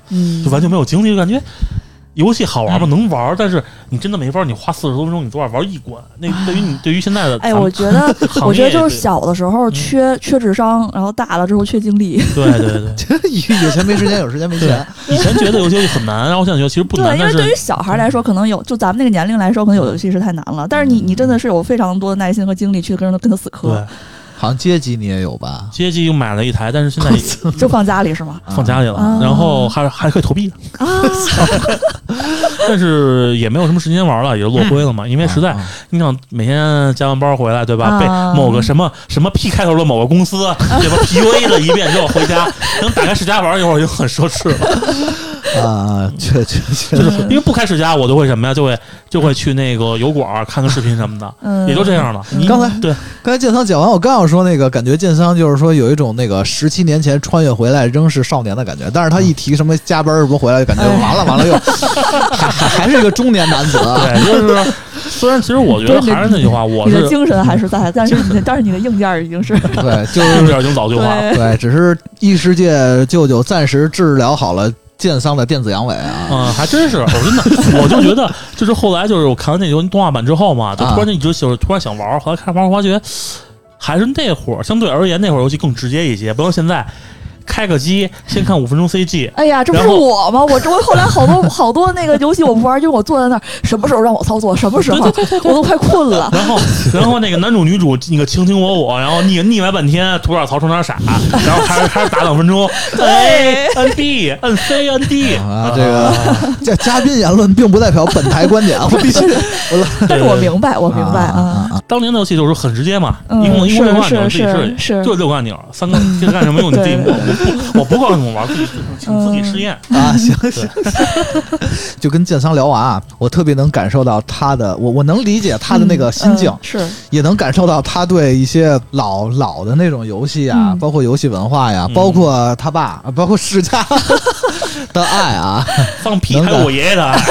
S6: 嗯
S5: 就完全没有精力，就感觉游戏好玩吗？能玩儿，但是你真的没法儿，你花四十多分钟，你昨晚玩一关，那对于你对于现在的
S6: 嗯哎，
S5: 咱们
S6: 我觉得
S5: 行，业嗯
S6: 我觉得就是小的时候缺缺智商，然后大了之后缺精力。
S5: 对对 对对，
S1: 嗯， 有钱没时间，有时间没钱。
S5: 以前觉得游戏很难，然后现在觉得其实不难，
S6: 对，因
S5: 但
S6: 为对于
S5: 是嗯
S6: 小孩来说，可能有就咱们那个年龄来说，可能有的游戏是太难了。但是你你真的是有非常多的耐心和精力去跟他跟他死磕
S5: 对，
S1: 好像街机你也有 吧？
S5: 街机又买了一台，但是现在也
S6: 就放家里是吗？
S5: 放家里了
S6: 啊，
S5: 然后还还可以投币，
S6: 啊，
S5: 但是也没有什么时间玩了，也就落灰了嘛。因为实在，
S1: 啊
S5: 你想每天加完班回来，对吧？
S6: 嗯啊
S5: 被某个什么什么 P 开头的某个公司，对吧？PUA 了一遍之后回 家，能打开世嘉玩一会儿就很奢侈了。
S1: 啊啊，确确确
S5: 就是因为不开世嘉，我就会什么呀？就会就会去那个油管看看视频什么的，
S6: 嗯，
S5: 也就这。样了。你
S1: 刚才
S5: 对
S1: 刚才建仓讲完，我刚要说那个感觉，建仓就是说有一种那个十七年前穿越回来仍是少年的感觉，但是
S5: 嗯
S1: 他一提什么加班什么回来，就感觉
S6: 哎
S1: 完了完了又 还还还是一个中年男子啊。
S5: 对，就是虽然其实我觉得还是那句话，我
S6: 你的
S5: 是
S6: 精神 还是在，但是你的但是你的硬件儿已经是
S1: 对，就
S5: 这
S1: 是
S5: 点已经老对话 了。
S6: 对
S1: 对，只是异世界舅舅暂时治疗好了建桑的电子阳痿 啊。
S5: 嗯，还真是，我真的，我就觉得，就是后来就是我看完那游动画版之后嘛，
S1: 啊
S5: 就突然就一直就是突然想玩儿，后来看玩儿发觉，还是那会儿相对而言那会儿游戏更直接一些，不像现在，开个机先看五分钟 CG，
S6: 哎呀，这不是
S5: 然后
S6: 我吗？我这我后来好多好多那个游戏我不玩，就是我坐在那儿，什么时候让我操作，什么时候我都快困了。
S5: 然后然后那个男主女主那个卿卿我我，然后腻腻歪半天，吐点槽充点傻，然后还是还是打两 分钟，哎，摁 B 摁 C 摁 D
S1: 啊，这 个嘉嘉宾言论并不代表本台观点，我必须我
S6: 但是我明白，我
S1: 我
S6: 明白啊，
S1: 啊
S5: 当年的游戏就是很直接嘛，
S6: 嗯
S5: 一共一共
S6: 是
S5: 六个按钮，
S6: 是
S5: 你自己
S6: 是
S5: 试去，
S6: 是
S5: 就六个按钮，三个这个按钮没有你自己摸，
S6: 对
S5: 我不我不告诉你们玩，自己自请自己试验。
S1: 啊， 行行，就跟建桑聊完啊，我特别能感受到他的，我我能理解他的那个心境，
S6: 嗯是
S1: 也能感受到他对一些老老的那种游戏啊，
S6: 嗯
S1: 包括游戏文化呀，
S5: 嗯
S1: 包括他爸，包括世家 的爱啊，
S5: 放屁，
S1: 能
S5: 还有
S1: 干
S5: 我爷爷的爱。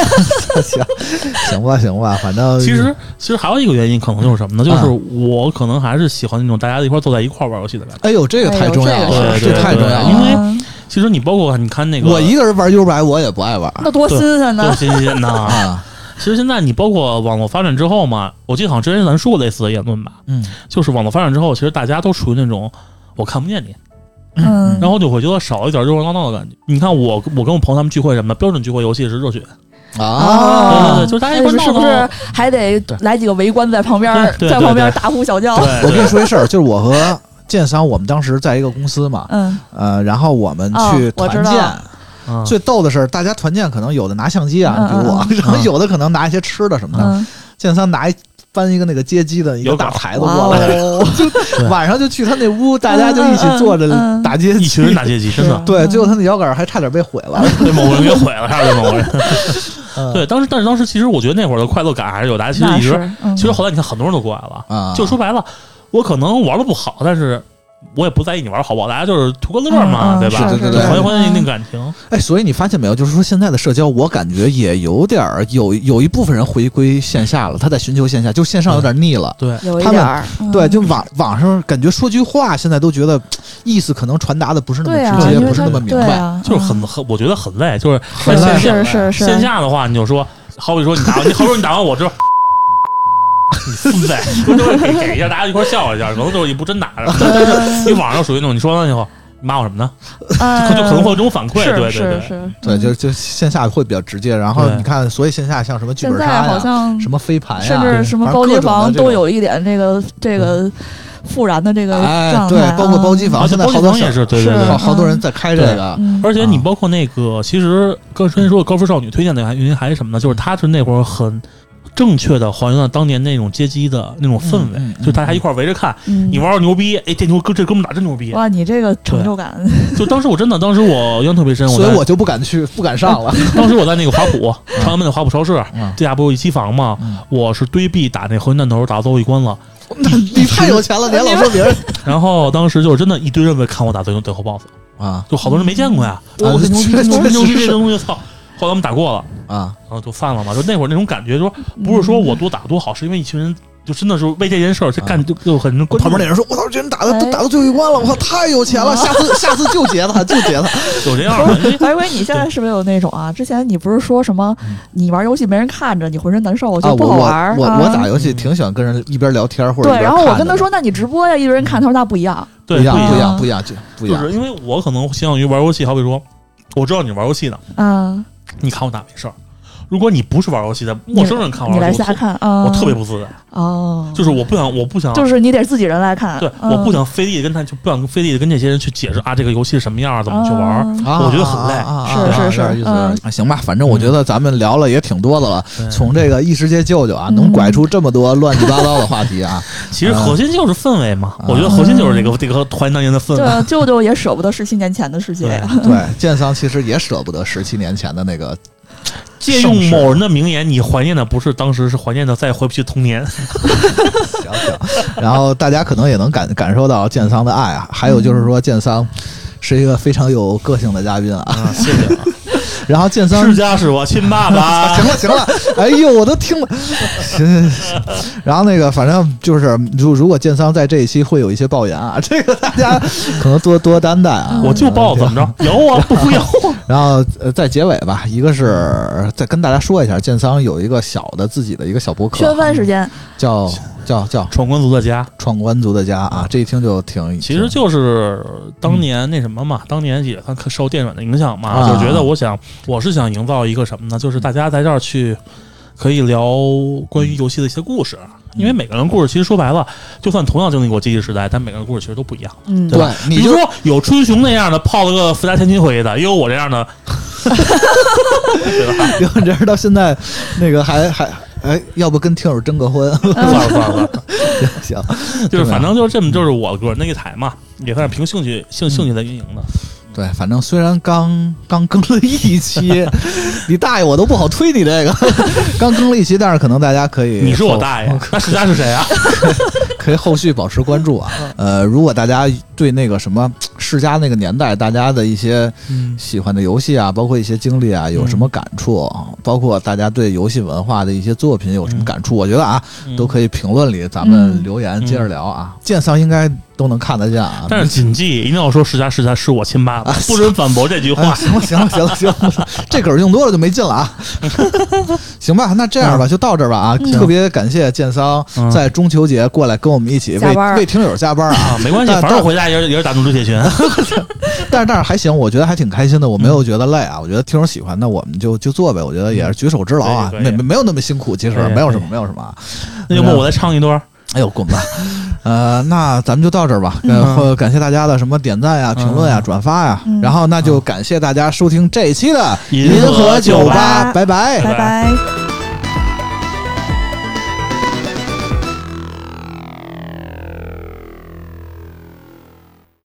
S1: 行行吧行吧，反正
S5: 其实其实还有一个原因，可能就是什么呢？就是
S1: 嗯
S5: 我可能还是喜欢那种大家一块儿坐在一块儿玩游戏的感觉。
S1: 哎呦，这个太重要了，
S5: 哎呦这个是
S1: 这太重要了，
S5: 对因为
S6: 嗯
S5: 其实你包括你看那个，
S1: 我一个人玩 U 白，我也不爱玩
S6: 那多新鲜
S5: 多
S6: 呢！
S5: 新鲜 呐！
S1: 啊，
S5: 其实现在你包括网络发展之后嘛，我记得好像之前咱说过类似的言论吧，
S1: 嗯，
S5: 就是网络发展之后，其实大家都处于那种我看不见你，
S6: 嗯，
S5: 然后就会觉得少了一点热热闹闹的感觉。你看我我跟我朋友他们聚会什么的，标准聚会游戏是热血，
S1: 啊，
S5: 嗯对对对就是大家一
S6: 那
S5: 块
S6: 你们
S5: 闹
S6: 哎是不
S5: 闹哎
S6: 是还得来几个围观在旁边儿，
S5: 对对
S6: 在旁边儿
S5: 对
S6: 大呼小叫？
S1: 哦我
S5: 对，
S1: 跟你
S5: 对
S1: 说一事儿，就是我和建商，我们当时在一个公司嘛，
S6: 嗯，
S1: 呃，然后我们
S6: 哦
S1: 去
S6: 我
S1: 团
S6: 知道
S1: 建。
S5: 嗯
S1: 最逗的是，大家团建可能有的拿相机啊，
S6: 嗯
S1: 比如我，
S6: 嗯
S1: 然后有的 可能拿一些吃的什么的。
S5: 啊
S6: 嗯，
S1: 建三拿一搬一个那个接机的一个大台子过来，
S5: 对
S1: 晚上就去他那屋，大家就一起坐着
S6: 嗯哦嗯嗯嗯
S1: 打街机，
S5: 一群人打街机，真的
S1: 对，
S6: 嗯
S1: 最后他那摇杆还差点被毁了。
S5: 被某个人给毁了，还是被某个人？
S1: 嗯
S5: 对，当时但是当时其实我觉得那会儿的快乐感还是有的，大家其实
S6: 那
S5: 一直
S6: 是，嗯
S5: 其实后来你看很多人都过来了，
S1: 啊，
S5: 就说白了，我可能玩的不好，但是我也不在意你玩得好不好，大家就是图个乐嘛，
S6: 嗯嗯
S5: 对吧？
S1: 是是
S5: 对，
S1: 是
S5: 怀欢迎那感情，
S1: 哎，所以你发现没有，就是说现在的社交，我感觉也有点儿有有一部分人回归线下了，他在寻求线下，就线上有点腻了。
S5: 对。
S6: 有一
S1: 他们
S6: 点儿，嗯
S1: 对，就网网上感觉说句话，现在都觉得意思可能传达的不是那
S6: 对啊
S1: 么直接，
S6: 因为
S1: 不是
S6: 他
S1: 那么明
S6: 对
S1: 白。
S6: 啊，
S5: 就是很
S6: 嗯
S5: 很，我觉得很累，就是
S1: 很累
S5: 在
S6: 是
S5: 线
S6: 是是
S5: 线下的话，你就说，好比说你打，你好比说你打完我之后，你孙子，不是就是给给一下，大家一块儿笑一下，可能就是也不真打着，但是 你网上属于那种，你说完以后，你骂我什么呢？
S6: 嗯
S5: 就可能会有这种反馈，
S6: 是
S5: 对对
S6: 是
S5: 对。
S6: 是，
S1: 对，
S6: 嗯
S1: 就就线下会比较直接。然后
S5: 对
S1: 你看，所以线下像什么剧
S6: 现
S1: 本杀
S6: 在好
S1: 呀、
S6: 像
S1: 什么飞盘呀，
S6: 甚至什么
S1: 反正
S6: 包
S1: 各
S6: 机
S1: 种的
S6: 房
S1: 这种嗯
S6: 都。有一点这个这个复燃的这个
S1: 哎，
S6: 状态，
S1: 对，包括包机
S6: 嗯
S1: 房，
S5: 而且
S1: 现在
S5: 包
S1: 好
S5: 厢
S1: 多
S5: 也
S1: 小
S5: 是，啊对对
S6: 是
S5: 对
S1: 好。好多人在开这个。
S6: 嗯
S5: 而且你包括那个，其实刚才说的高分少女推荐的原因还是什么呢？就是她是那会儿很正确的还原了当年那种街机的那种氛围，
S1: 嗯嗯嗯
S5: 就大家一块儿围着看，
S6: 嗯
S5: 你玩儿牛逼，哎，这牛哥这哥们儿打真牛逼。
S6: 哇，你这个成就感，
S5: 就当时我真的，当时嗯我印象特别深，
S1: 所以
S5: 在
S1: 我就不敢去，不敢上 了。
S5: 当时我在那个华普朝阳门的华普超市
S1: 嗯
S5: 地下不是有一机房吗
S1: 嗯？
S5: 我是堆币打那合金弹头，打最后一关了。
S1: 那 你太有钱了，你还老说别人
S5: 然后当时就是真的一堆人为看我打最后最后 BOSS，
S1: 啊
S5: 就好多人没见过呀，
S1: 啊
S5: 我这牛逼，
S1: 这
S5: 牛
S1: 这
S5: 逼，牛逼，
S1: 是
S5: 这东西操！后来我们打过了。
S1: 啊！
S5: 然后就散了嘛。就那会儿那种感觉，就说不是说我多打多好，是因为一群人就真的是为这件事儿去干，就就很关
S1: 旁边那
S5: 人
S1: 人说：“我操，这人打的
S6: 哎哦
S1: 打到最后一关了，我操，太有钱了！下次下次就结他，就结 他。
S5: 有这样的。因哎为
S6: 白龟，你现在是不是有那种啊？之前你不是说什么你玩游戏没人看着，你浑身难受，”
S1: 嗯啊，
S6: 就
S1: 我
S6: 不好
S1: 我
S6: 玩儿。
S1: 我
S6: 啊
S1: 我打游戏挺喜欢跟人一边聊天或者一
S6: 对，
S1: 边
S6: 然后我
S1: 看
S6: 跟
S1: 着
S6: 他说：“那你直播呀，一堆人看。”他说：“那不一样。
S1: 不
S5: 对，
S1: 一样，
S5: 不
S1: 不
S5: 一
S1: 一
S5: 样，
S1: 样，不一样，就不一
S5: 就
S1: 样
S5: 是因为我可能倾向于玩游戏，好比说，我知道你玩游戏呢，”
S1: 嗯
S6: 啊，
S5: 你看我打没事儿。如果你不是玩游戏的，陌生人看我
S6: 你
S5: 玩
S6: 来
S5: 游戏，
S6: 瞎看啊，
S5: 我特别不自在。
S6: 哦，
S5: 就是我不想，我不想，
S6: 就是你得自己人来看。
S5: 对，
S6: 嗯
S5: 我不想费力地跟他，就不想费力地跟这些人去解释啊，这个游戏是什么样儿，怎么去玩儿。
S6: 啊
S1: 啊，
S5: 我觉得很累
S1: 啊啊啊
S6: 是
S1: 啊
S6: 是
S1: 有
S6: 是
S1: 点意思有
S6: 嗯
S1: 点意思行吧，反正我觉得咱们聊了也挺多的了。
S5: 对
S1: 从这个异世界舅舅啊，
S6: 嗯
S1: 能拐出这么多乱七八糟的话题 啊，
S5: 其实核心就是氛围嘛，
S1: 啊
S5: 我觉得核心就是这个这个团圆当年的氛围。
S6: 对，舅舅也舍不得十七年前的世界啊
S5: 对
S6: 呀。
S1: 对，建桑其实也舍不得十七年前的那个，
S5: 借用某人的名言，你怀念的不是当时，是怀念的再也回不去童年。
S1: 想想。 然后大家可能也能感感受到建桑的爱啊，还有就是说建桑是一个非常有个性的嘉宾啊。
S5: 嗯啊，谢谢。
S1: 然后建桑
S5: 世家是我亲爸
S1: 啊，
S5: 爸
S1: 行。了行了，哎呦，我都听了。 行行行，然后那个，反正就是，如如果建桑在这一期会有一些抱怨啊， 这个大家可能多多担待啊。
S5: 我就抱怎么着，咬我不咬？
S1: 然后呃，在结尾吧，一个是再跟大家说一下，建桑有一个小的自己的一个小博客啊
S6: 圈，翻时间，
S1: 叫叫叫
S5: 闯关族的家
S1: “闯关族的家”啊，这一听就挺
S5: 其实就是当年那什么嘛，当年也算受电软的影响嘛，
S1: 啊嗯
S5: 就觉得我想我是想营造一个什么呢？就是大家在这儿去可以聊关于游戏的一些故事，
S1: 嗯
S5: 因为每个人故事其实说白了，就算同样经历过机器时代，但每个人故事其实都不一样。
S6: 嗯，
S1: 对，
S5: 比
S1: 你
S5: 如
S1: 就
S5: 说有春雄那样的泡了个富家千金回去的，也有我这样的，对吧？
S1: 有人到现在那个还还哎，要不跟听友征个婚？
S5: 算 了算了算了，
S1: 行，啊
S5: 就是反正就是这么，就是我个人的一台嘛，也算是凭兴趣兴兴趣在运营的。
S1: 对，反正虽然刚刚更了一期，你大爷我都不好推你这个， 刚更了一期，但是可能大家可以，
S5: 你是我大
S1: 嗯
S5: 爷，那史家是谁啊？
S1: 可以后续保持关注啊。呃，如果大家对那个什么世嘉那个年代，大家的一些
S5: 嗯，
S1: 喜欢的游戏啊，包括一些经历啊，有什么感触啊？包括大家对游戏文化的一些作品有什么感触？我觉得啊，都可以评论里咱们
S6: 嗯
S1: 留言，
S5: 嗯
S1: 接着聊啊。剑桑应该都能看得见啊。
S5: 但是谨记，一定要说史家史家是我亲爸爸
S1: 啊，
S5: 不准反驳这句
S1: 哎呀
S5: 话。
S1: 行了，行了，行了，行 了，这梗儿用多了就没劲了啊。行吧，那这样吧，就到这儿吧啊。
S6: 嗯
S1: 特别感谢剑桑
S5: 嗯
S1: 在中秋节过来跟我们一起
S6: 加
S1: 为
S6: 班儿
S1: 为听友加班儿 啊。
S5: 啊，没关系，
S1: 但
S5: 反正我回家也是也是打中主铁 拳。
S1: 但是但是还行，我觉得还挺开心的，我没有觉得累
S5: 嗯
S1: 啊。我觉得听众喜欢，那我们就就做呗。我觉得也是举手之劳啊，
S5: 可以
S1: 没
S5: 可以
S1: 没没有那么辛苦，其实
S5: 可以
S1: 没有什么
S5: 可以
S1: 没有什么啊。
S5: 那要不我再唱一段？
S1: 哎呦，滚吧！ 呃，那咱们就到这儿吧。
S5: 嗯
S1: 呃，或感谢大家的什么点赞呀、评论呀、转发呀。然后那就感谢大家收听这一期的
S5: 嗯银河酒吧
S1: 拜拜。
S5: 拜
S3: 拜拜